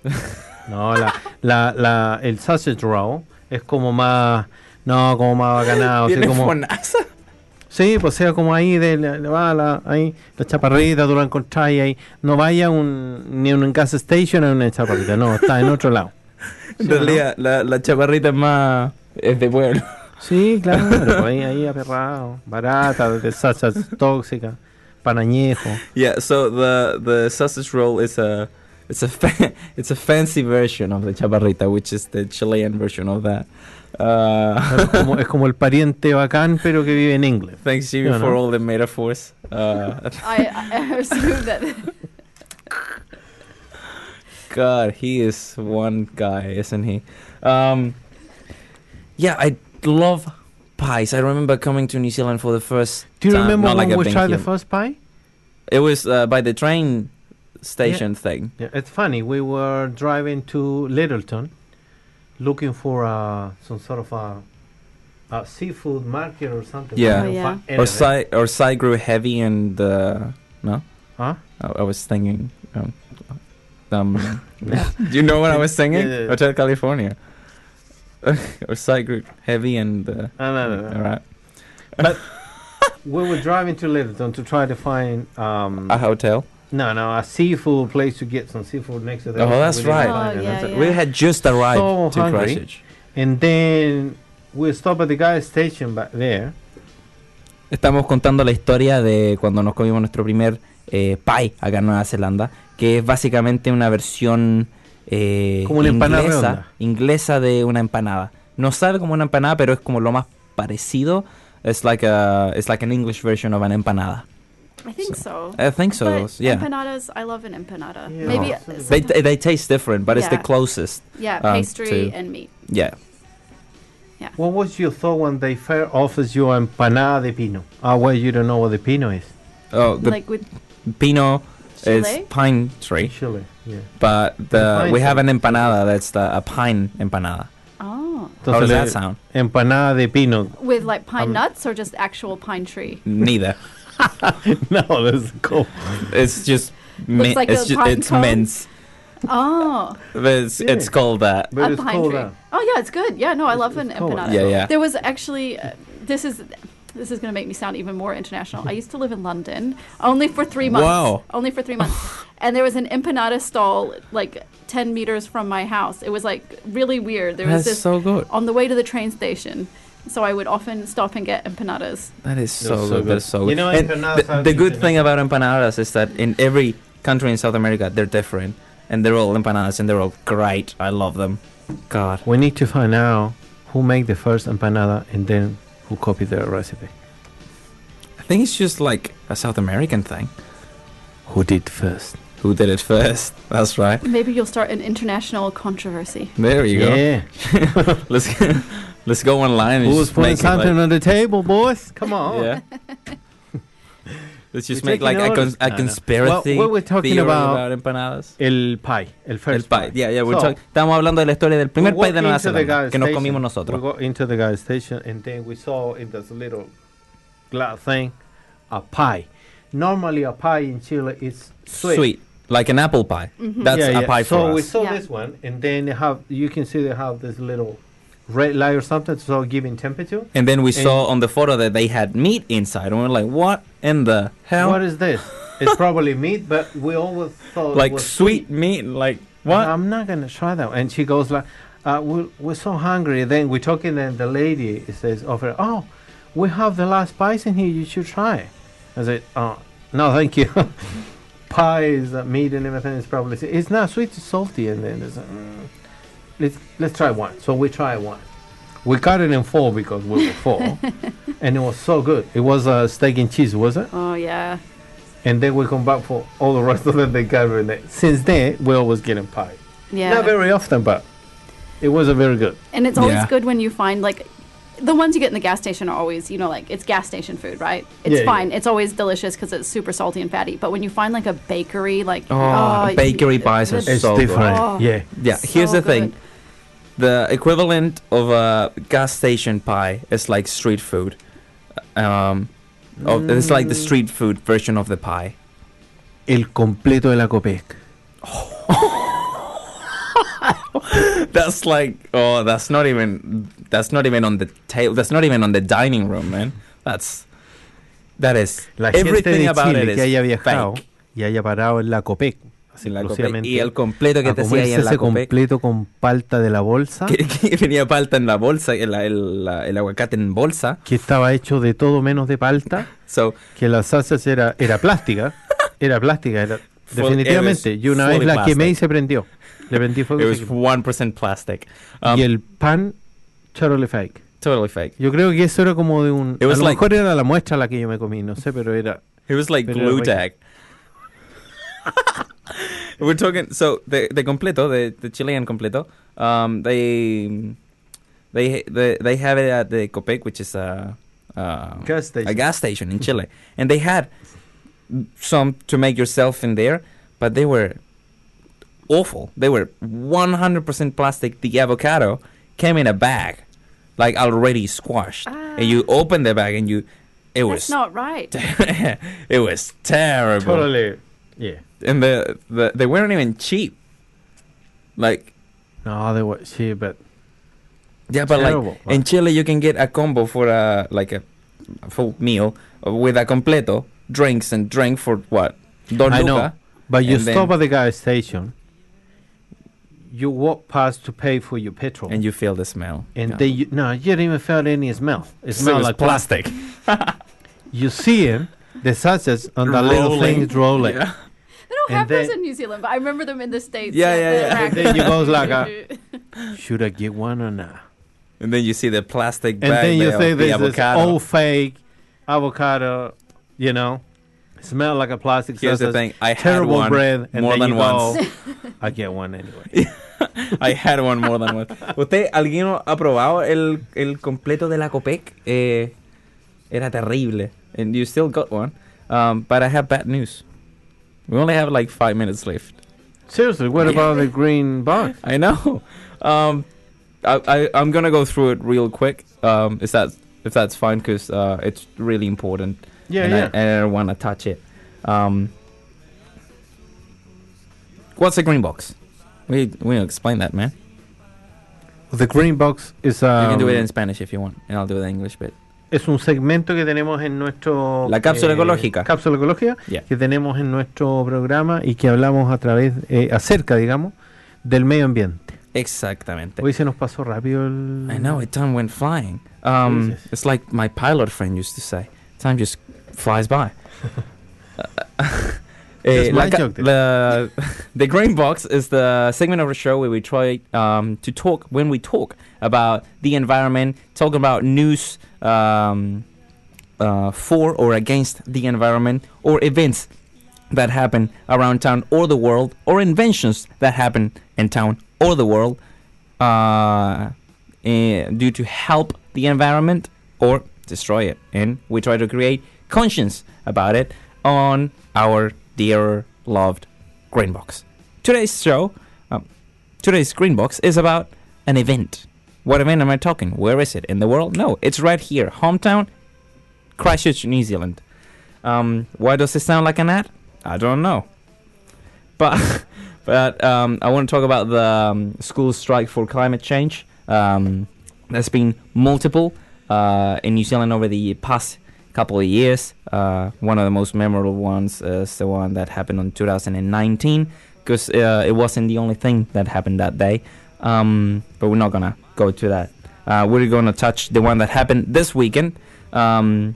No, la, la, la, el sausage roll es como más, no, como más bacanado, así Tiene como, fonaza. sí, pues sea como ahí de la, la- va la- ahí la chaparrita, tú la encontrás y ahí, no vaya un, ni a un gas station a una chaparrita, no, está en otro lado. <laughs> En realidad, la, la chaparrita es más... es de pueblo. Sí, claro, pues ahí, ahí aperrado, barata, de salsas tóxicas, panañejo. <laughs> Yeah, so the the sausage roll is a it's a fa- <laughs> it's a fancy version of the chaparrita, which is the Chilean version of that. Uh, Claro, es, como, es como el pariente bacán, pero que vive en Inglaterra. <laughs> thanks, Jimmy, Yeah, for no? all the metaphors. Uh, I, I assume that. <laughs> God, he is one guy, isn't he? Um, yeah, I love pies. I remember coming to New Zealand for the first. Do you time, remember not like when I've we been tried the here. first pie? It was uh, by the train station thing. Yeah, it's funny. We were driving to Littleton, looking for uh, some sort of a, a seafood market or something. Yeah. Oh, yeah. Or Sai, or Sai grew heavy and uh, no. Huh? I, I was thinking. Um, <laughs> um, <laughs> do you know what I was singing? Yeah, yeah, yeah. Hotel California. <laughs> or side group heavy and. Uh, No, no, no, no. all right. We were driving to Littleton to try to find um, A hotel. no, no, a seafood place to get some seafood next to the. Oh, hotel. that's We didn't right. find Oh, it. yeah, That's it. yeah. We had just arrived So to hungry. Christchurch. And then we stopped at the gas station back there. Estamos contando la historia de cuando nos comimos nuestro primer eh, pie acá en Nueva Zelanda, que es básicamente una versión eh, Como una empanada inglesa, redonda. inglesa de una empanada. No sabe como una empanada, pero es como lo más parecido. Es like a, it's like an English version of an empanada. I think so. I think so. But yeah. empanadas. I love an empanada. Yeah. Maybe Oh. uh, They, sometimes- they taste different, but it's the Yeah. closest. yeah, um, pastry to- and meat. Yeah. What was your thought when they fair offers you empanada de pino? Ah, well, you don't know what the pino is. Oh, the like with pino is Chile? pine tree, Chile, yeah. but the pine we have tree. an empanada that's the a pine empanada. oh, How does Entonces, that sound? Empanada de pino. <laughs> with like pine Um, nuts or just actual pine tree. Neither. no, that's cool. It's just Looks min- like it's a just pine it's cone. mince. Oh, But It's, Yeah. it's called that. But a it's pine cold uh. tree. out. Oh yeah, it's good. Yeah, no, I love an it's cold. empanada. Yeah, yeah. There was actually uh, this is this is going to make me sound even more international. I used to live in London only for three months. Wow. Only for three <laughs> months. and there was an empanada stall like 10 meters from my house. It was like really weird. There was That's this so good. on the way to the train station. So I would often stop and get empanadas. That is so, so good. good. That's so You good. know, And empanadas the, are the good different. thing about empanadas is that in every country in South America, they're different. And they're all empanadas and they're all great. I love them. God. We need to find out who make the first empanada and then who copy the recipe. I think it's just like a South American thing. Who did first? Who did it first? <laughs> That's right. Maybe you'll start an international controversy. There you yeah. go. Let's let's go online. and Who's <laughs> just putting make it, like- something on the table, boys? Come on. <laughs> Yeah. Let's just We're make like taking a, cons- orders. a No, no. conspiracy Well, what we're talking theory about- about, empanadas. El pie. El first El pie. Yeah, yeah, we're So, talk- Estamos hablando de la historia del primer we país de walk Nueva into the Zelanda gas que nos station. comimos We nosotros. go into the gas station and then we saw in this little glass thing a pie. Normally, a pie in Chile is sweet. like an apple pie. That's Yeah, a yeah. pie so for we us. saw Yeah. this one, and then they have you can see they have this little red light or something, so giving temperature. And then we and- saw on the photo that they had meat inside, and we are like, "What in the hell? What is this? it's probably meat, but we always thought it like was sweet meat? Like What? what?" I'm not gonna try that. And she goes like, uh, we're, "We're so hungry." Then we're talking, and the lady says over, "Oh, we have the last spice in here. You should try." it." I said, "Oh, no, thank you." <laughs> Pies, uh, meat, and everything is probably it's not sweet, it's salty. And then it's, mm, let's let's try one. So we try one. We cut it in four because we were four, and it was so good. It was uh, steak and cheese, was it? Oh, yeah. And then we come back for all the rest of them. They got it. in there. Since then, we're always getting pie. Yeah. Not very often, but it was a very good. And it's always Yeah. good when you find like the ones you get in the gas station are always, you know, like it's gas station food, right? It's Yeah, yeah. fine. It's always delicious because it's super salty and fatty. But when you find like a bakery, like Oh, oh, bakery you- pies are it's- so good. Oh. Yeah. Yeah, So here's the thing. good. The equivalent of a gas station pie is like street food. Um, of- It's like the Mm. street food version of the pie. El completo de la Copec. That's like oh, that's not even that's not even on the table. That's not even on the dining room, man. That's that is La gente everything de about Chile it que haya is viajado fake. y haya parado en la Copec, así En la Copec. exclusivamente, Y el completo que a te hacía ahí comerse en la ese Copec. completo con palta de la bolsa, <laughs> Que, que venía palta en la bolsa, el, el, la- el aguacate en bolsa. que estaba hecho de todo menos de palta, So, que la salsa era, era plástica, era plástica, era- Full- definitivamente. it was Y una vez fully la quemé y plastic. se prendió. Le prendí it fuego. y se was quemó. 1% plastic. Um, y el pan, charole fake. totally fake. Yo creo que eso era como de un. It was a lo like- mejor era la muestra la que yo me comí, no sé, pero era. It was like Pero glue tag. like- <laughs> We're talking. So the the completo, the, the Chilean completo, um, they they they they have it at the Copec, which is a, a Gas station. a gas station in Chile, and they had some to make yourself in there, but they were awful. They were 100% plastic. The avocado came in a bag, like already squashed, and you open the bag and you. It was That's <laughs> not right. it was terrible. Totally. Yeah. And the, the they weren't even cheap. Like No, they were sí, but yeah, but Terrible. like in Chile you can get a combo for a like a, a full meal with a completo, drinks and drink for what? Don I know. Luca. But you And then- stop at the gas station. You walk past to pay for your petrol, And you feel the smell. and Yeah. then you no, you didn't even feel any smell. It So smells it's like plastic. <laughs> You see it, the sausages on the little Rolling. things rolling. Yeah. They don't And have those then- in New Zealand, but I remember them in the States. Yeah, like yeah, the yeah. rack- Then you goes like a- Should I get one or not? And then you see the plastic And bag. then you there say of the this is avocado. all fake avocado, you know, smell like a plastic. Here's the thing. sausage. I had terrible one bread and more than then you once. <laughs> go, I get one anyway. I had one more than one. ¿Usted, alguien ha probado el, el completo de la Copec? Eh, era terrible. And you still got one. Um, but I have bad news. We only have like five minutes left. Seriously, what about the <laughs> green bar? I know. Um, I, I, I'm going to go through it real quick. Um, is that, if that's fine, because uh, it's really important. Yeah, and yeah. I, and I don't want to touch it. Um, what's a green box? We, we'll explain that, man. the green box is um, you can do it in Spanish if you want, and I'll do the English bit. es un segmento que tenemos en nuestro... eh, La cápsula ecológica. Cápsula ecológica Ya. que tenemos en nuestro programa y que hablamos a través, eh, acerca, digamos, del medio ambiente. Exactamente. Hoy se nos pasó rápido el... I know, it time went flying. Um, Mm. Jesus. It's like my pilot friend used to say, time just flies <laughs> by. <laughs> That's Eh, my la ca- joke then. the, <laughs> the Green Box is the segment of the show where we try um, to talk when we talk about the environment, talk about news um, uh, for or against the environment, or events that happen around town or the world, or inventions that happen in town or the world uh, eh, due to help the environment or destroy it. And we try to create conscience about it on our dear loved green box. Today's show, um, today's green box is about an event. What event am I talking? Where is it in the world? No, it's right here, hometown, Christchurch, New Zealand. Um, why does it sound like an ad? I don't know, but <laughs> but um, I want to talk about the um, school strike for climate change. Um, there's been multiple uh, in New Zealand over the past couple of years. Uh, one of the most memorable ones is the one that happened in 2019 because uh, it wasn't the only thing that happened that day. Um, but we're not gonna go to that. Uh, we're gonna touch the one that happened this weekend. Um,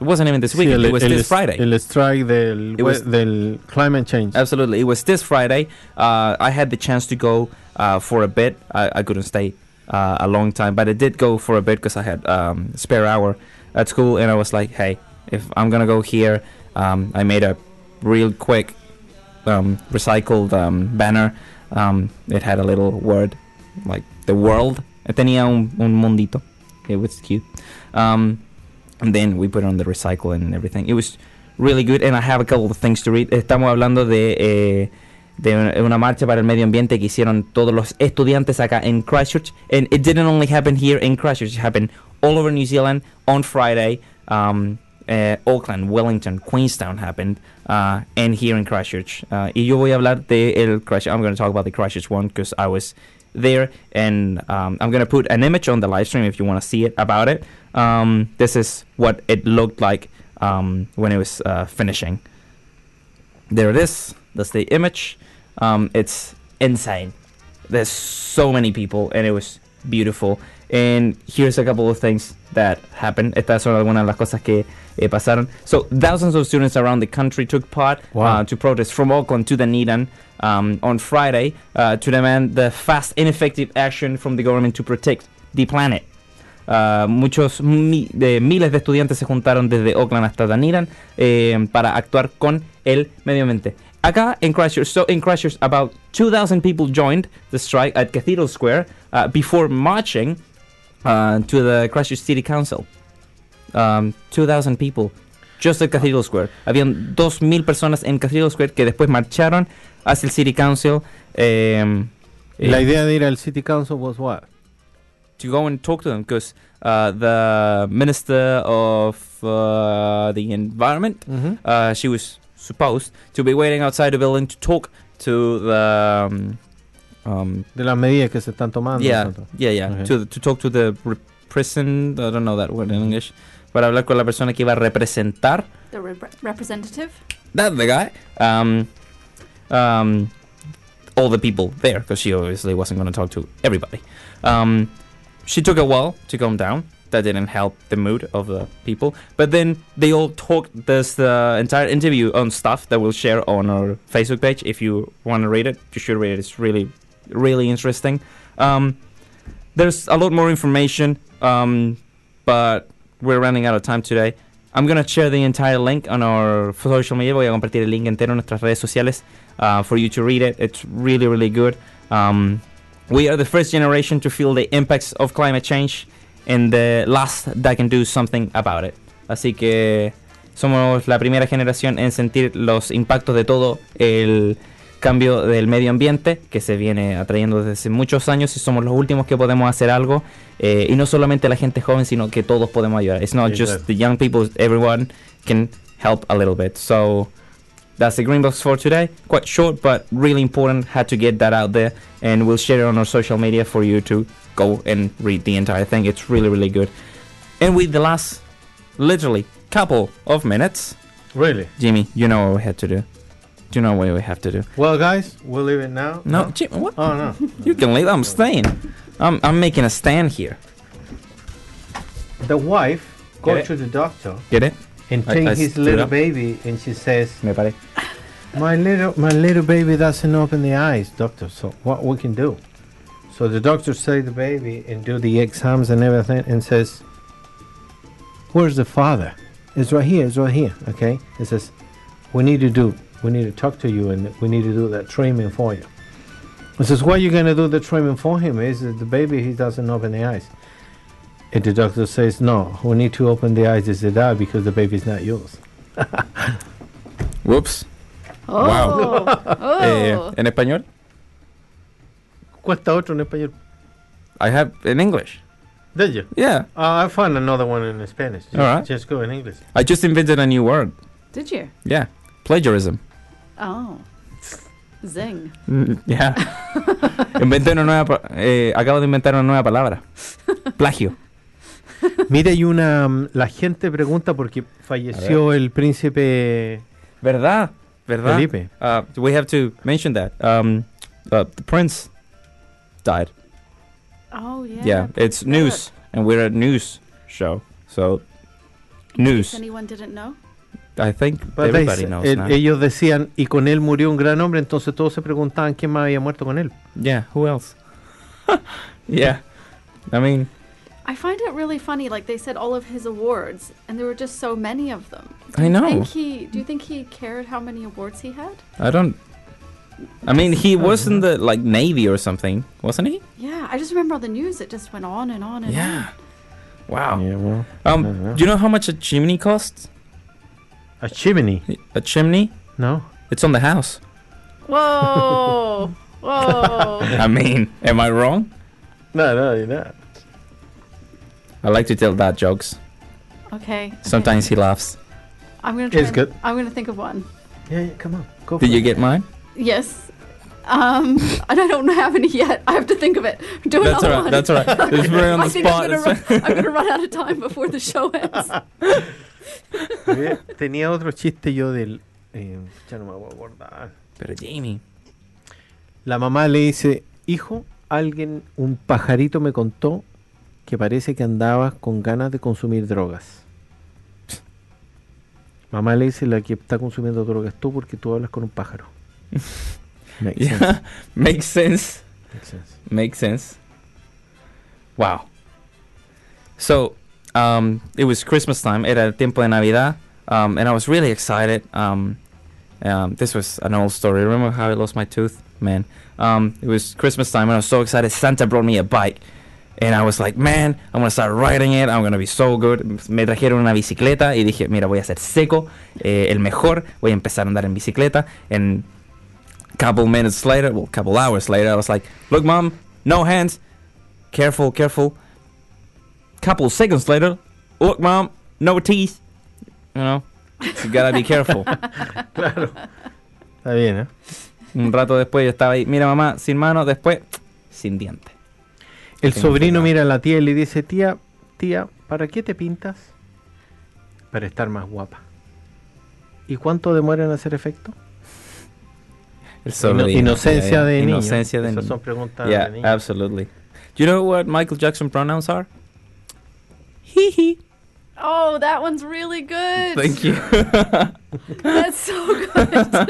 it wasn't even this Sí, weekend. el- it was el this est- Friday. El strike del, It was- Uh, we- del climate change. Absolutely. It was this Friday. Uh, I had the chance to go uh, for a bit. I, I couldn't stay uh, a long time, but I did go for a bit because I had um, spare hour at school, and I was like, hey, if I'm gonna go here, um, I made a real quick um, recycled um, banner. Um, it had a little word like the world. Tenía un, un mundito. It was cute. Um, and then we put on the recycle and everything. It was really good and I have a couple of things to read. Estamos hablando de, eh, de una- una marcha para el medio ambiente que hicieron todos los estudiantes acá en Christchurch. And it didn't only happen here in Christchurch, it happened all over New Zealand on Friday. Um, eh, Auckland, Wellington, Queenstown happened, uh, and here in Christchurch. Uh, y yo voy a hablar de el Christchurch. I'm going to talk about the Christchurch one because I was there, and um, I'm going to put an image on the live stream if you want to see it about it. Um, this is what it looked like um, when it was uh, finishing. There it is. That's the image. Um, it's insane. There's so many people, and it was beautiful. And here's a couple of things that happened. Estas son algunas de las cosas que eh, pasaron. So thousands of students around the country took part Wow. uh, to protest from Auckland to Dunedin um, on Friday uh, to demand the fast, ineffective action from the government to protect the planet. Ah, muchos mi- de miles de estudiantes se juntaron desde Oakland hasta Dunedin eh, para actuar con el medio ambiente. Acá en Christchurch, so in Christchurch, about 2,000 people joined the strike at Cathedral Square uh, before marching uh, to the Christchurch City Council. Um, 2,000 people just at Cathedral Square. Habían 2,000 personas en Cathedral Square que después marcharon hacia el City Council. em, La eh, idea de ir al City Council was what? to go and talk to them because uh, the minister of uh, the environment uh, she was supposed to be waiting outside the building to talk to the um, um, De las medidas que se están tomando. yeah, etcétera. yeah, yeah. Okay. To to talk to the re- prison. I don't know that word in English. Para hablar con la persona que iba a representar. <laughs> The re- representative. That's the guy. Um, um, all the people there, because she obviously wasn't going to talk to everybody. Um, she took a while to calm down. That didn't help the mood of the people. But then they all talked. There's the entire interview on stuff that we'll share on our Facebook page. If you want to read it, you should read it. It's really, really interesting. Um, there's a lot more information, um, but we're running out of time today. I'm gonna share the entire link on our social media. Voy a compartir el link entero en nuestras redes sociales uh, for you to read it. It's really, really good. Um, we are the first generation to feel the impacts of climate change and the last that can do something about it. Así que somos la primera generación en sentir los impactos de todo el cambio del medio ambiente que se viene atrayendo desde hace muchos años y somos los últimos que podemos hacer algo eh, y no solamente la gente joven sino que todos podemos ayudar. It's not just Exacto. the young people, everyone can help a little bit. So that's the green box for today. Quite short, but really important. Had to get that out there, and we'll share it on our social media for you to go and read the entire thing. It's really, really good. And with the last, literally, couple of minutes, Really? Jimmy, you know what we had to do. You know what we have to do. Well, guys, we'll leave it now. No, Jimmy, what? Oh, no. You can leave. I'm staying. I'm, I'm making a stand here. The wife Get goes it? to the doctor Get it? and I- I takes his stood little up. baby and she says, Me parece. My little my little baby doesn't open the eyes, doctor. So what we can do? So the doctor say the baby and do the exams and everything and says, "Where's the father? It's right here. It's right here." Okay. He says, "We need to do. We need to talk to you and we need to do that treatment for you." He says, "What you gonna do the treatment for him? Is that the baby he doesn't open the eyes?" And the doctor says, "No, we need to open the eyes. Is the eye because the baby's not yours." Whoops. <laughs> Oh. Wow. Oh. Eh, en español, Cuesta otro en español. I have in English. Did you? Yeah. Uh, I found another one in Spanish. Just, All right. just go in English. I just invented a new word. Did you? Yeah. Plagiarism. Oh. Zing. Mm, Yeah. Inventé una nueva. pa- eh, acabo de inventar una nueva palabra. Plagio. <laughs> Mira, hay una. mm, La gente pregunta porque falleció el príncipe ¿Verdad? ¿Verdad? Felipe. Uh, we have to mention that. Um, uh, the prince died. Oh yeah. Yeah. It's news, and we're a news show. So, If news. anyone didn't know. I think But they everybody s- knows el- now. ellos decían, y con él murió un gran hombre, entonces todos se preguntaban quién más había muerto con él. Yeah, who else? <laughs> yeah. I mean, I find it really funny. Like they said all of his awards, and there were just so many of them. I Do you know. Think he, do you think he cared how many awards he had? I don't. I mean, he Uh-huh. was in the like navy or something, wasn't he? Yeah, I just remember on the news it just went on and on and Yeah. Wow. Yeah, well, Um, Uh-huh. do you know how much a chimney costs? a chimney, A chimney? ¿no? It's on the house. on. Whoa, <laughs> whoa. I mean, am I wrong? No, no, no. I like to tell dad jokes. Okay. Sometimes he laughs. I'm gonna. Try It's and- good. I'm gonna think of one. Yeah, yeah, come on. Go Did for you it. get mine? Yes. Um, <laughs> and I don't have any yet. I have to think of it. Do That's another alright. one. <laughs> That's alright. <laughs> It's very on I the think I'm spot. gonna, It's- run, I'm gonna run out of time before the <laughs> show ends. Oye, Tenía otro chiste yo del. eh, ya no me voy a acordar. Pero Jamie. La mamá le dice, hijo, alguien, un pajarito me contó que parece que andabas con ganas de consumir drogas. Mamá le dice, la que está consumiendo drogas tú porque tú hablas con <laughs> un pájaro. Makes sense, Yeah. <laughs> Makes sense. makes sense. Makes sense. Wow. So, um, it was Christmas time. Era el tiempo de Navidad. Um, and I was really excited. Um, um, this was an old story. Remember how I lost my tooth? Man. Um, it was Christmas time and I was so excited. Santa brought me a bike. And I was like, man, I'm gonna start riding it. I'm gonna be so good. Me trajeron una bicicleta y dije, mira, voy a ser seco, eh, el mejor. Voy a empezar a andar en bicicleta. And couple minutes later, well, couple hours later, I was like, look, mom, no hands. Careful, careful. Couple seconds later, look, mom, no teeth. You know, you gotta be careful. Está bien, ¿eh? Un rato después yo estaba ahí, mira, mamá, sin mano, después, sin diente. El Tengo sobrino enfermedad. mira a la tía y le dice, tía, tía, ¿para qué te pintas? Para estar más guapa. ¿Y cuánto demora en hacer efecto? El Ino- sobrino. inocencia Yeah, yeah. de niño. Inocencia de Esas niño. son preguntas Yeah, de niño. absolutely. Do you know what Michael Jackson pronouns are? Hee hee. Oh, that one's really good. Thank you. <laughs> That's so good.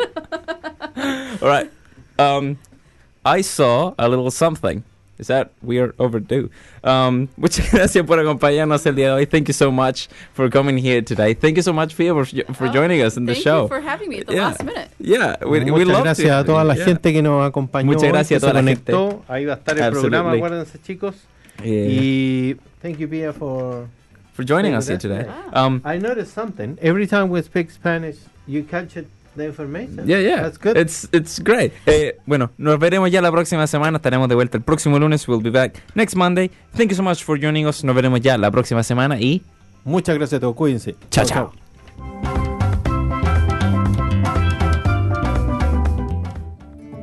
All right. Um, I saw a little something. Is that we are overdue? Um, <laughs> muchas gracias por acompañarnos el día de hoy. Thank you so much for coming here today. Thank you so much, Fia, for, for Oh, joining us in the Thank show. you for having me at the Yeah. last minute. yeah, we, Muchas we love gracias to- a toda la yeah. gente que nos acompañó. Muchas hoy, gracias que a toda se la conectó. Ahí va a estar el programa, Absolutely. acuérdense chicos. Yeah. Y thank you Pia for for joining us here Thank you, today. guys. Um, I noticed something. Every time we speak Spanish, you catch it, the information. Yeah, yeah. That's good. It's, it's great. Eh, bueno, nos veremos ya la próxima semana. Estaremos de vuelta el próximo lunes. We'll be back next Monday. Thank you so much for joining us. Nos veremos ya la próxima semana y Muchas gracias a todos. Cuídense. chao, chao.